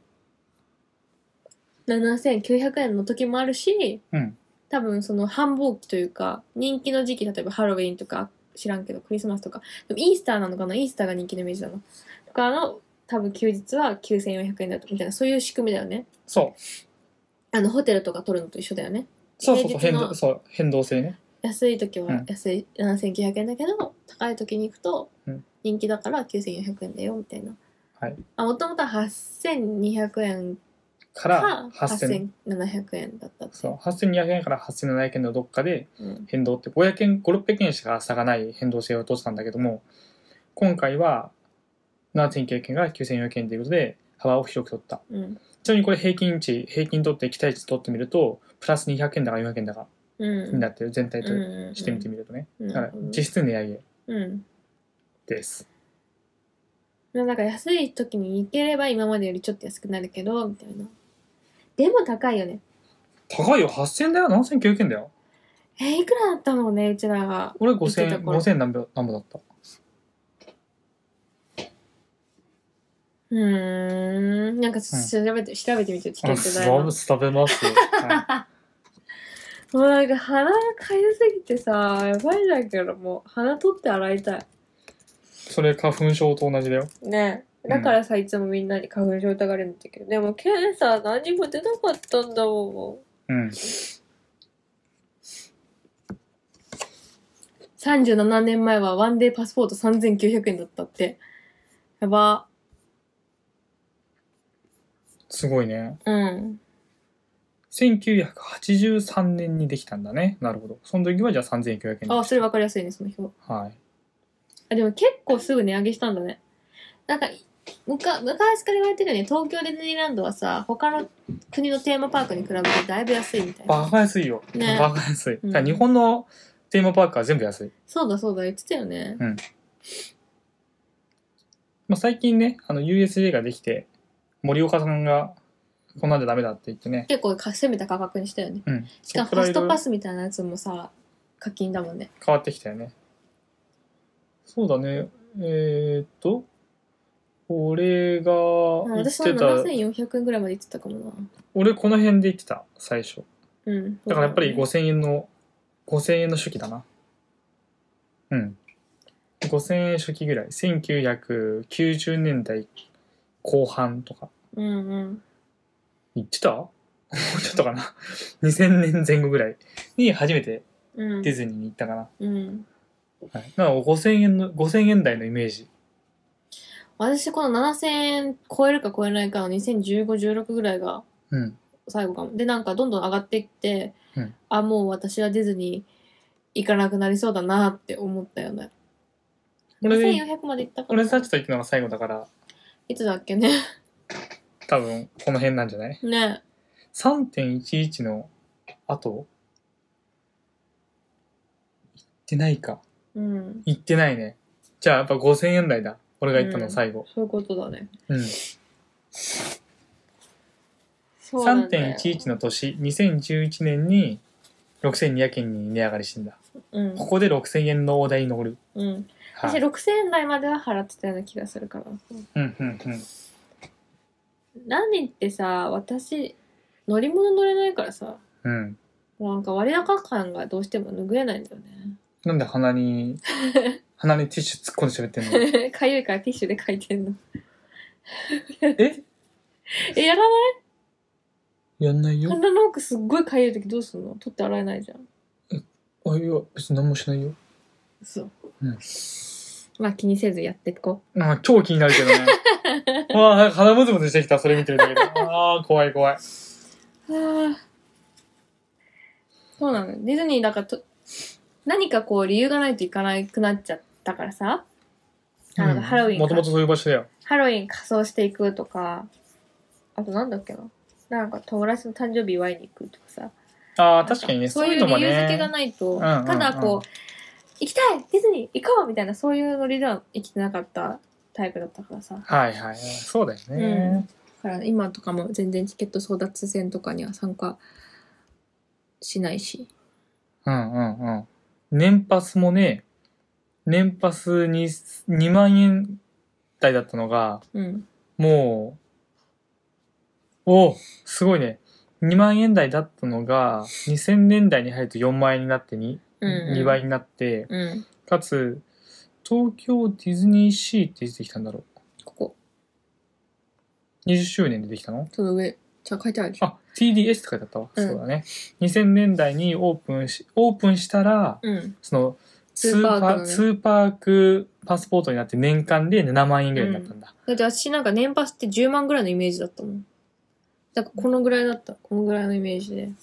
Speaker 2: ?7900 円の時もあるし、
Speaker 1: うん
Speaker 2: 多分その繁忙期というか人気の時期例えばハロウィンとか知らんけどクリスマスとかでもイースターなのかなイースターが人気のイメージだなとかの多分休日は9400円だとみたいなそういう仕組みだよね
Speaker 1: そう
Speaker 2: あのホテルとか取るのと一緒だよね
Speaker 1: そうそうそう
Speaker 2: 平日
Speaker 1: 変
Speaker 2: の
Speaker 1: 動そう変動性ね
Speaker 2: 安い時
Speaker 1: う
Speaker 2: は
Speaker 1: ん
Speaker 2: 安い、7900円だけど高い時に行くと
Speaker 1: うん
Speaker 2: 人気だから9400円だよみたいな
Speaker 1: はい
Speaker 2: あもともとは8200円
Speaker 1: か
Speaker 2: から
Speaker 1: 8000
Speaker 2: 8700円だったって
Speaker 1: そう8200円から8700円のどっかで
Speaker 2: うん
Speaker 1: 変動って500円5600円しか差がない変動性を取ってたんだけども今回は7900円から9400円ということで幅を広く取った
Speaker 2: うん
Speaker 1: ちなみにこれ平均値平均取って期待値取ってみるとプラス200円だか400円だか
Speaker 2: うん
Speaker 1: になってる全体と
Speaker 2: うん
Speaker 1: してみてみるとね
Speaker 2: うん
Speaker 1: だから実質値上げ
Speaker 2: うん
Speaker 1: です
Speaker 2: まあなんか安い時に行ければ今までよりちょっと安くなるけど、みたいな。でも高いよね。
Speaker 1: 高いよ8000円だよ7900円だよ
Speaker 2: えーいくらだったのね、うちらが。
Speaker 1: 俺
Speaker 2: 言ってた
Speaker 1: 5000
Speaker 2: 頃
Speaker 1: 5000何ぼ何ぼだった
Speaker 2: うーん。なんか調べて、調べてみて、ちょっと
Speaker 1: ス
Speaker 2: だい
Speaker 1: ラ
Speaker 2: ぶ
Speaker 1: ブ。食べます。は
Speaker 2: もうなんか鼻がかゆすぎてさ、やばいんだけど、もう鼻取って洗いたい。
Speaker 1: い、それ花粉症と同じだよ。
Speaker 2: ねだからさ、いつもみんなに花粉症疑われるんだけど、でも検査何も出なかったんだも
Speaker 1: うん。
Speaker 2: ん。37年前はワンデーパスポート3900円だったって。やば。
Speaker 1: すごいね。
Speaker 2: うん。
Speaker 1: 1983年にできたんだね。なるほど。その時はじゃあ3900円。
Speaker 2: あ、それ分かりやすいね、その表。
Speaker 1: はい。
Speaker 2: あ、でも結構すぐ値上げしたんだね。なんか、むか昔から言われてるよね、東京ディズニーランドはさ、他の国のテーマパークに比べてだいぶ安いみたいな。
Speaker 1: バカ安いよ。
Speaker 2: ね
Speaker 1: バカ安い。
Speaker 2: うん
Speaker 1: だから日本のテーマパークは全部安い。
Speaker 2: そうだそうだ、言ってたよね。
Speaker 1: まあ、最近ね、あの USJ ができて、森岡さんがこんなんじゃダメだって言ってね。
Speaker 2: 結構か攻めた価格にしたよね。
Speaker 1: うん。
Speaker 2: しか
Speaker 1: そ
Speaker 2: もフ
Speaker 1: こ
Speaker 2: ァ
Speaker 1: ら
Speaker 2: ス
Speaker 1: 色
Speaker 2: ト
Speaker 1: 々
Speaker 2: パスみたいなやつもさ、課金だもんね。
Speaker 1: 変わってきたよね。そうだね。えー、っと、俺が
Speaker 2: うん
Speaker 1: 言っ
Speaker 2: 私は
Speaker 1: てた、
Speaker 2: 7400円ぐらいまで行ってたかもな。
Speaker 1: 俺この辺で言ってた、最初。
Speaker 2: うん。
Speaker 1: だからやっぱり5000円の、5000円の初期だな。うん。5000円初期ぐらい。1990年代後半とか。
Speaker 2: うんうん。
Speaker 1: 言ってたもうちょっとかな。2000年前後ぐらいに初めて
Speaker 2: うん
Speaker 1: ディ。ズニーに行ったかな。
Speaker 2: うん。
Speaker 1: はい。なので5000円の、5000円台のイメージ。
Speaker 2: 私、この7000円超えるか超えないかの2015、16ぐらいが
Speaker 1: うん。
Speaker 2: 最後かも。で、なんかどんどん上がっていって、
Speaker 1: うん
Speaker 2: あ、もう私はディズニー行かなくなりそうだなって思ったよね。
Speaker 1: これで、
Speaker 2: 1400まで行ったか
Speaker 1: 俺
Speaker 2: ら。
Speaker 1: さっきと言ってたのが最後だから、
Speaker 2: いつだっけね。 (laughs)
Speaker 1: 多分この辺なんじゃない
Speaker 2: ね。
Speaker 1: 3.11の後行ってないか。
Speaker 2: うん。
Speaker 1: 行ってないね。じゃあやっぱ5000円台だ。俺が行ったの最後。
Speaker 2: そういうことだね。
Speaker 1: うん。
Speaker 2: そうなんだよ
Speaker 1: 3.11の年、2011年に6200円に値上がりしてんだ。
Speaker 2: うん
Speaker 1: こ。こで6000円の大台に乗る。
Speaker 2: うん。
Speaker 1: は
Speaker 2: 私
Speaker 1: い。
Speaker 2: 6000円台までは払ってたような気がするから。
Speaker 1: うんうんうん。
Speaker 2: 何ってさ、私、乗り物乗れないからさ、
Speaker 1: うん。
Speaker 2: なんか割高感がどうしても拭えないんだよ
Speaker 1: なんで鼻
Speaker 2: (laughs)
Speaker 1: に、鼻にティッシュ突っ込んで喋ってんの
Speaker 2: ね。 (laughs) かゆいからティッシュで書いてんの。
Speaker 1: え
Speaker 2: (laughs) え、やらない
Speaker 1: やんないよ。
Speaker 2: 鼻の奥すっごいかゆい時どうすんの取って洗えないじゃん。
Speaker 1: あ、いや、別に何もしないよ。
Speaker 2: そう。
Speaker 1: うん
Speaker 2: まあ気にせずやっていこ
Speaker 1: まあ、超気になるけどね。
Speaker 2: (laughs)
Speaker 1: わあ、鼻ムズムズしてきた。それ見てるだけで。ああ、怖い怖い。
Speaker 2: う。はあ。そうなのよ。ディズニーだからと、何かこう理由がないといかなくなっちゃったからさ、あの、ハロウィンか
Speaker 1: もともとそういう場所だよ。
Speaker 2: ハロウィン仮装していくとか、あとなんだっけな。なんか友達の誕生日祝いに行くとかさ。
Speaker 1: ああ、確かにね。
Speaker 2: そ
Speaker 1: そううい
Speaker 2: いうう
Speaker 1: のも
Speaker 2: 理
Speaker 1: ね。
Speaker 2: 由付けがないと、
Speaker 1: うんうんうん
Speaker 2: ただこう、行きたいディズニー行こうみたいな、そういうノリでは生きてなかったタイプだったからさ。
Speaker 1: はいはいはい。そうだよ
Speaker 2: うん
Speaker 1: ね。
Speaker 2: だから今とかも全然チケット争奪戦とかには参加しないし。
Speaker 1: うんうんうん。年パスもね、年パスに2万円台だったのが、
Speaker 2: うん。
Speaker 1: もう、おおすごいね。2万円台だったのが、2000年代に入ると4万円になって 2,
Speaker 2: うんうん
Speaker 1: 2倍になって、
Speaker 2: うん。
Speaker 1: かつ、東京ディズニーシーっていつできたんだろ
Speaker 2: ここ。
Speaker 1: う ?20 周年でできたの
Speaker 2: その上。じゃあ書いてあるじゃん。
Speaker 1: あ、TDS って書いてあったわ。
Speaker 2: うん
Speaker 1: そうだね。2000年代にオープンし、オープンしたら、
Speaker 2: うん。
Speaker 1: その、ス
Speaker 2: ス
Speaker 1: ー
Speaker 2: ー
Speaker 1: パ
Speaker 2: パ
Speaker 1: ー
Speaker 2: ー
Speaker 1: パ
Speaker 2: クのね
Speaker 1: ークパスポートになって年間で7万円ぐらいになったんだ。
Speaker 2: だって私なんか年パスって10万ぐらいのイメージだったもん。だからこのぐらいだった。このぐらいのイメージで。だか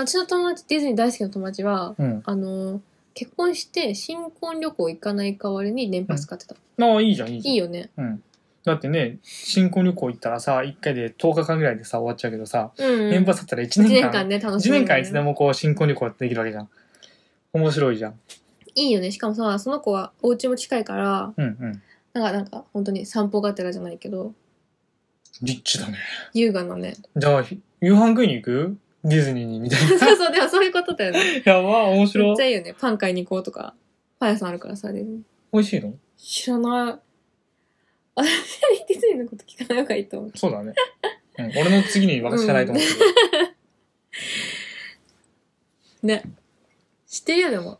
Speaker 2: ら私の友達、ディズニー大好きな友達は、
Speaker 1: うん。
Speaker 2: あのー結婚して新婚旅行行かない代わりに年パス買ってた。
Speaker 1: ああ、いいじゃん、いいじゃん。
Speaker 2: いいよね。
Speaker 1: うん。だってね、新婚旅行行ったらさ、1回で10日間ぐらいでさ、終わっちゃうけどさ、
Speaker 2: うん、うん。
Speaker 1: 年パスだったら1
Speaker 2: 1
Speaker 1: 年
Speaker 2: 年
Speaker 1: 間、
Speaker 2: 間ね、楽し
Speaker 1: 1
Speaker 2: め
Speaker 1: 年
Speaker 2: る
Speaker 1: 間いつでもこう、新婚旅行ってできるわけじゃん。面白いじゃん。
Speaker 2: いいよね。しかもさ、その子はお家も近いから、
Speaker 1: うんうん。
Speaker 2: なんか、なんか、本当に散歩がてらじゃないけど、
Speaker 1: リッチだね。
Speaker 2: 優雅な (laughs) ね。
Speaker 1: じゃあ、ひ夕飯食いに行くディズニーにみたい
Speaker 2: そうそう、でもそういうことだよね。
Speaker 1: (laughs) な。やば、面
Speaker 2: めっ
Speaker 1: 白
Speaker 2: ちゃ。いいよね。パン買いに行こうとか、パン屋さんあるからさ、ディズニー
Speaker 1: 美味しいの
Speaker 2: 知らない。私は (laughs) ディズニーのこと聞かない方がいいと思う。
Speaker 1: そうだね。うん、俺の次に私じゃないと思うけど。
Speaker 2: ね。知ってるよ、でも。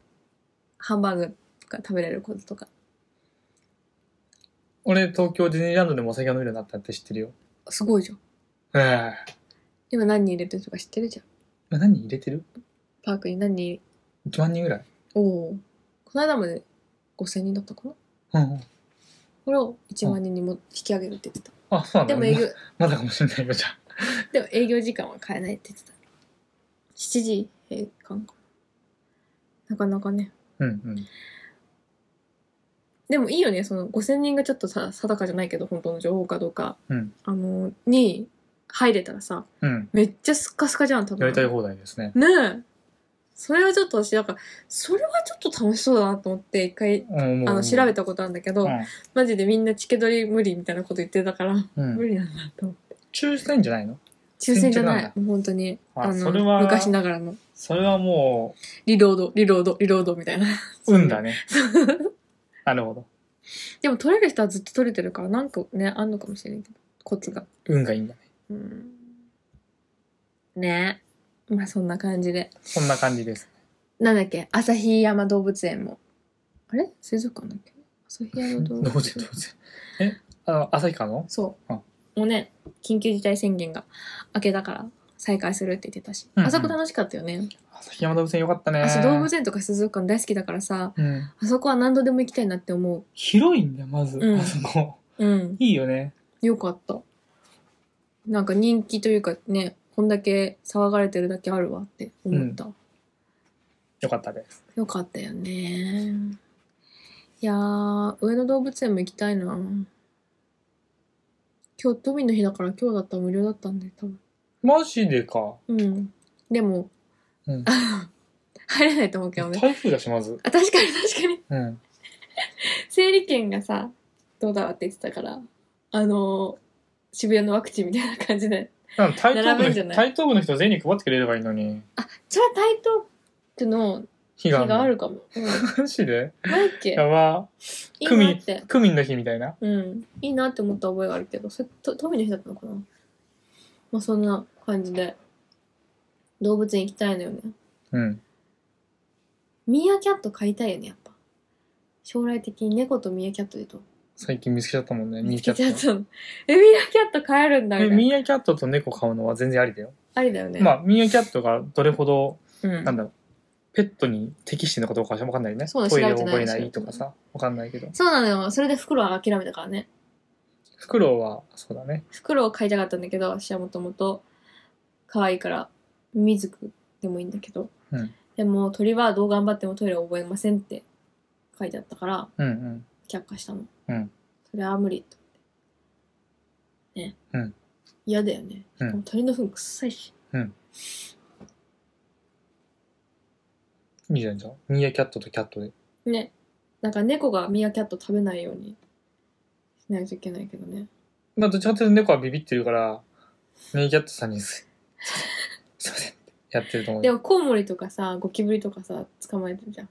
Speaker 2: ハンバーグとか食べれることとか。
Speaker 1: 俺、東京ディズニーランドでもお酒が飲めるようになったって知ってるよ。
Speaker 2: すごいじゃん。
Speaker 1: ええ
Speaker 2: 今何人入れてるとか知ってるじゃん。
Speaker 1: 今何人入れてる
Speaker 2: パークに何人、
Speaker 1: ?1 万人ぐらい。
Speaker 2: おお。この間まで5000人だったかな
Speaker 1: うんうん。
Speaker 2: これを1万人にも引き上げるって言ってた。
Speaker 1: あ、そうなん
Speaker 2: で
Speaker 1: だ。
Speaker 2: も営業、
Speaker 1: まだかもしれないよ、じゃあ。
Speaker 2: でも営業時間は変えないって言ってた。7時閉館かな。なかなかね。
Speaker 1: うんうん。
Speaker 2: でもいいよね、その5000人がちょっとさ定かじゃないけど、本当の情報かどうか、
Speaker 1: うん
Speaker 2: あの、に入れたらさ、
Speaker 1: うん。
Speaker 2: めっちゃスッカスカじゃん、多分。
Speaker 1: やりたい放題ですね。
Speaker 2: ねえ。それはちょっと私、だから、それはちょっと楽しそうだなと思って、一回、
Speaker 1: うん、もう。
Speaker 2: あの、調べ
Speaker 1: て。
Speaker 2: たことあるんだけ
Speaker 1: う
Speaker 2: ど、
Speaker 1: ん。
Speaker 2: マジでみんなチケ取り無理みたいなこと言ってたから、
Speaker 1: うん
Speaker 2: 無。理なんだと思って。
Speaker 1: 中止ないんじゃないの
Speaker 2: 抽選じゃな
Speaker 1: 抽選なん
Speaker 2: い
Speaker 1: だ。
Speaker 2: もう本当に。
Speaker 1: あ
Speaker 2: あ
Speaker 1: それは
Speaker 2: の、昔ながらの。
Speaker 1: それはも
Speaker 2: リロード、リロード、リロードみたいな。
Speaker 1: う、運だね。なるほど。
Speaker 2: (laughs) でも取れる人はずっと取れてるから、なんかね、あんのかもしれんけど、コツが。
Speaker 1: 運がいいんだね。
Speaker 2: うん。ねえ。まあそんな感じで。
Speaker 1: そんな感じです。
Speaker 2: なんだっけ旭山動物園も。あれ水族館だっけ旭山動
Speaker 1: どう
Speaker 2: 物園。
Speaker 1: せどうせ。え、あの、旭川の
Speaker 2: そう。
Speaker 1: うん
Speaker 2: もうね、緊急事態宣言が明けたから再開するって言ってたし。
Speaker 1: うんうん
Speaker 2: あそこ楽しかったよね。
Speaker 1: 旭山動物園よかったね。
Speaker 2: あそ動物園とか水族館大好きだからさ、
Speaker 1: うん。
Speaker 2: あそこは何度でも行きたいなって思
Speaker 1: 広いんだよ、まず。
Speaker 2: うん
Speaker 1: あそこ。
Speaker 2: う。うん。
Speaker 1: いいよね。
Speaker 2: よかった。なんか人気というかね、こんだけ騒がれてるだけあるわって思った。
Speaker 1: よかったです。
Speaker 2: よかったよね。いやー、上野動物園も行きたいな。今日、都民の日だから今日だったら無料だったんで、多分。
Speaker 1: マジでか。
Speaker 2: うん。でも、
Speaker 1: うん。
Speaker 2: (laughs) 入れないと思うけどね。
Speaker 1: 台風だし、まず。
Speaker 2: あ、確かに確かに。
Speaker 1: うん。
Speaker 2: 整理券がさ、どうだわって言ってたから、あのー、渋谷のワクチンみたいな感じで。
Speaker 1: なんか台東
Speaker 2: 並ぶん
Speaker 1: 部
Speaker 2: じゃ
Speaker 1: の
Speaker 2: ない
Speaker 1: 台東部の人全員に配ってくれればいいのに。
Speaker 2: あ、じゃあ台東区の
Speaker 1: 日
Speaker 2: 日
Speaker 1: がある
Speaker 2: があるかも。う
Speaker 1: (laughs)
Speaker 2: ん。
Speaker 1: マジで
Speaker 2: ないっけ
Speaker 1: やば。
Speaker 2: いい
Speaker 1: 区
Speaker 2: な
Speaker 1: 民
Speaker 2: って。、
Speaker 1: 区民の日みたいな。
Speaker 2: うん。いいなって思った覚えがあるけど、それ、と、富の日だったのかなまあ、そんな感じで。動物園行きたいのよね。
Speaker 1: うん。
Speaker 2: ミーアキャット飼いたいよね、やっぱ。将来的に猫とミーアキャットでと。
Speaker 1: 最近見つけちゃったもんね、ミ
Speaker 2: 見
Speaker 1: ー
Speaker 2: つ
Speaker 1: キャ
Speaker 2: けちゃっ
Speaker 1: ット。
Speaker 2: たの。え、ミーアキャット飼えるんだみ
Speaker 1: え
Speaker 2: たい
Speaker 1: ミ
Speaker 2: な。
Speaker 1: ーアキャットと猫飼うのは全然ありだよ。
Speaker 2: ありだよね。
Speaker 1: まあ、ミーアキャットがどれほど、
Speaker 2: うん
Speaker 1: なんだろう、ペットに適してるのかどうかはわかんないよね。
Speaker 2: そうだ
Speaker 1: トイレを
Speaker 2: 調べてない
Speaker 1: 覚え
Speaker 2: し
Speaker 1: ないとかさ、わかんないけど。
Speaker 2: そうなのよ。それで袋は諦めたからね。
Speaker 1: フクロウは、そうだね。
Speaker 2: 袋を飼いたかったんだけど、私はもともと可愛いから、ミズクでもいいんだけど。
Speaker 1: うん
Speaker 2: でも鳥はどう頑張ってもトイレを覚えませんって書いてあったから、
Speaker 1: うん
Speaker 2: 却下したの。
Speaker 1: うん
Speaker 2: それは無理と思って。ね。
Speaker 1: うん
Speaker 2: 嫌だよね。
Speaker 1: うん
Speaker 2: しかも鳥の糞臭いし。
Speaker 1: うん。いいじゃん、じゃあ。ミーアキャットとキャットで。
Speaker 2: ね。なんか猫がミーアキャット食べないようにしないといけないけどね。
Speaker 1: まあ、どっちかというと猫はビビってるから、ミーアキャットさんにす、 (laughs) すいません、すいませんってやってると思う
Speaker 2: で
Speaker 1: よ。
Speaker 2: もコウモリとかさ、ゴキブリとかさ、捕まえてるじゃん。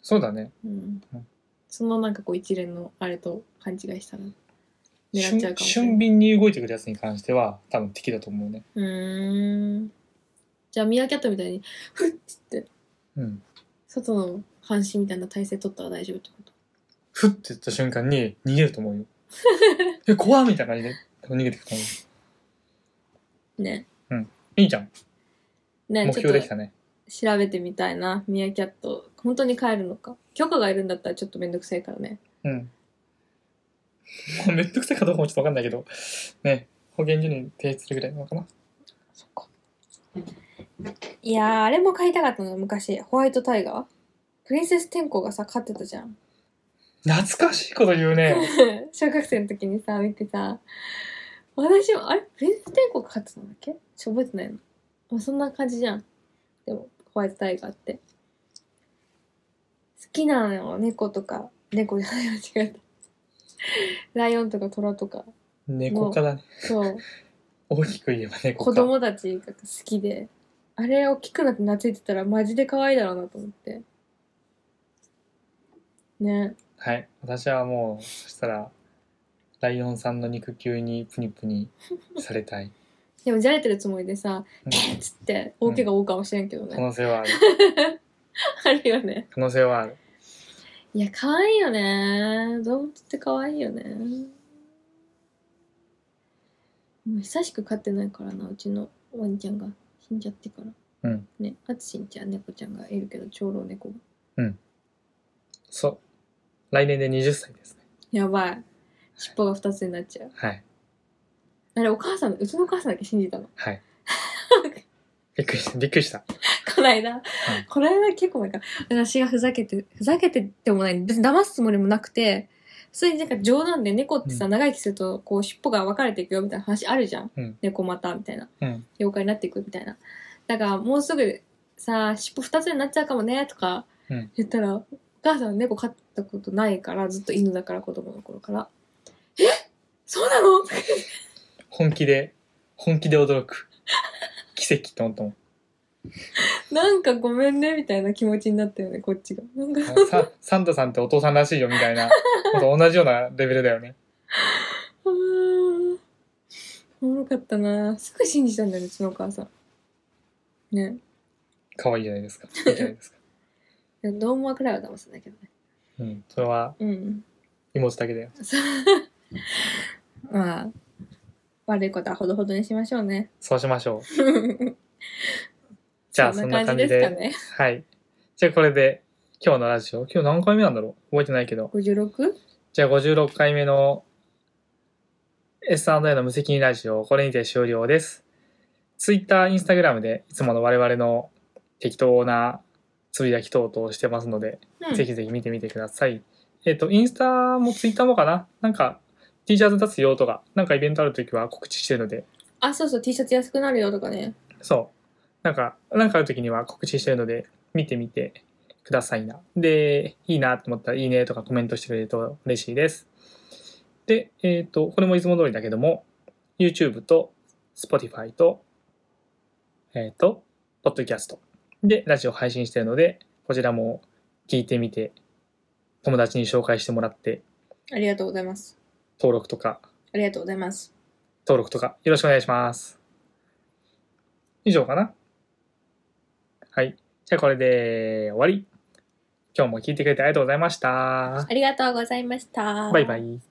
Speaker 1: そうだね。
Speaker 2: うん
Speaker 1: うん。
Speaker 2: そのなんかこう一連のあれと勘違いしたら狙っちゃ
Speaker 1: 俊
Speaker 2: うかもしれ
Speaker 1: 俊
Speaker 2: ない。
Speaker 1: 敏に動いてくるやつに関しては、多分敵だと思うね。
Speaker 2: うーん。じゃあミーアキャットみたいに、ふっつって、
Speaker 1: うん。
Speaker 2: 外の監視みたいな体勢取ったら大丈夫ってこと
Speaker 1: ふって言った瞬間に逃げると思うよ。 (laughs) え、怖っみたいな感じで多分逃げてくると思
Speaker 2: ね。
Speaker 1: う。いいじゃん。
Speaker 2: ね
Speaker 1: 目
Speaker 2: ちょ
Speaker 1: 標
Speaker 2: っ
Speaker 1: で
Speaker 2: と
Speaker 1: きたね。
Speaker 2: 調べてみたいなミーアキャット本当に飼えるのか許可がいるんだったらちょっとめんどくさいからね
Speaker 1: うん。まあ、めんどくさいかどうかもちょっとわかんないけど、ね、保健所に提出するぐらいなのかな。
Speaker 2: そっかいやーあれも飼いたかったの昔ホワイトタイガープリンセス天候がさ飼ってたじゃん
Speaker 1: 懐かしいこと言う
Speaker 2: (laughs)
Speaker 1: ね。
Speaker 2: 小学生の時にさ見てさ私もあれプリンセス天候が飼ってたんだっけちょ覚えてないの、まあ、そんな感じじゃんでもホワイトタイガーって好きなのよ猫とか猫じゃない間違えたライオンとかトラとか
Speaker 1: 猫科だね。
Speaker 2: そう
Speaker 1: 大きく言えば猫科。
Speaker 2: 子供たちが好きであれ大きくなって懐いてたらマジで可愛いだろうなと思ってね
Speaker 1: はい。私はもう、そしたら、ライオンさんの肉球にプニプニされ (laughs) たい
Speaker 2: でもじゃれてるつもりでさ
Speaker 1: うん
Speaker 2: ペンっつって大怪我負うかもしれんけどね、
Speaker 1: 可能性はある
Speaker 2: (laughs) あるよね
Speaker 1: 可能性はある
Speaker 2: いや可愛いよね動物って可愛いよねもう久しく飼ってないからなうちのワンちゃんが死んじゃってから
Speaker 1: うん
Speaker 2: ねあつしんちゃん猫ちゃんがいるけど長老猫が
Speaker 1: そう来年で20歳ですね
Speaker 2: やばい尻尾が2つになっちゃう
Speaker 1: はい
Speaker 2: あれお母さんうちのお母さんだけ信じたの
Speaker 1: はい (laughs) びっくりしたびっくりした
Speaker 2: こないだ、こないだ結構前か私がふざけてふざけてでもない別に騙すつもりもなくて普通になんか冗談で猫ってさ、
Speaker 1: う
Speaker 2: 長生きするとこう尻尾が分かれていくよみたいな話あるじゃん、
Speaker 1: うん
Speaker 2: 猫またみたいな
Speaker 1: うん
Speaker 2: 妖怪になっていくみたいなだからもうすぐさ尻尾2つになっちゃうかもねとか
Speaker 1: うん
Speaker 2: 言ったら、お母さんは猫飼ったことないからずっと犬だから子供の頃からえそうなの
Speaker 1: 本気で本気で驚く奇跡と思ったもん
Speaker 2: なんかごめんねみたいな気持ちになったよねこっちがなんか
Speaker 1: さサンタさんってお父さんらしいよみたいなこと同じようなレベルだよね
Speaker 2: あーおもろかったなすぐ信じたんだようちのお母さんね
Speaker 1: 可愛いじゃないですかいいじゃないですか
Speaker 2: でもどう思わくらいは騙すんだけどね
Speaker 1: うんそれは
Speaker 2: うん
Speaker 1: 妹だけだよ
Speaker 2: まあ悪いことはほどほどにしましょう
Speaker 1: (laughs)
Speaker 2: ね
Speaker 1: そうしましょうじゃあそんな感じで
Speaker 2: ね
Speaker 1: はいじゃあこれで今日のラジオ今日何回目なんだろう覚えてないけど
Speaker 2: 56?
Speaker 1: じゃあ56回目の S&A の無責任ラジオ、これにて終了です。Twitter、Instagram でいつもの我々の適当なつぶやき等々してますので、
Speaker 2: うん
Speaker 1: ぜひぜひ見てみてください。えっ、と、インスタもツイッターもかななんか T シャツ出すよとか、なんかイベントあるときは告知してるので、
Speaker 2: あそうそう T シャツ安くなるよとかね
Speaker 1: そう。なんか、なんかあるときには告知してるので、見てみてくださいな。で、いいなと思ったら、いいねとかコメントしてくれると嬉しいです。で、えっ、と、これもいつも通りだけども、YouTube と Spotify と、えっ、と、Podcast でラジオ配信してるので、こちらも聞いてみて、友達に紹介してもらって、
Speaker 2: ありがとうございます
Speaker 1: 登録とか、
Speaker 2: ありがとうございます
Speaker 1: 登録とかよろしくお願いします。以上かなはい。じゃあこれで終わり。今日も聞いてくれてありがとうございました
Speaker 2: あ。りがとうございました
Speaker 1: バイバイ。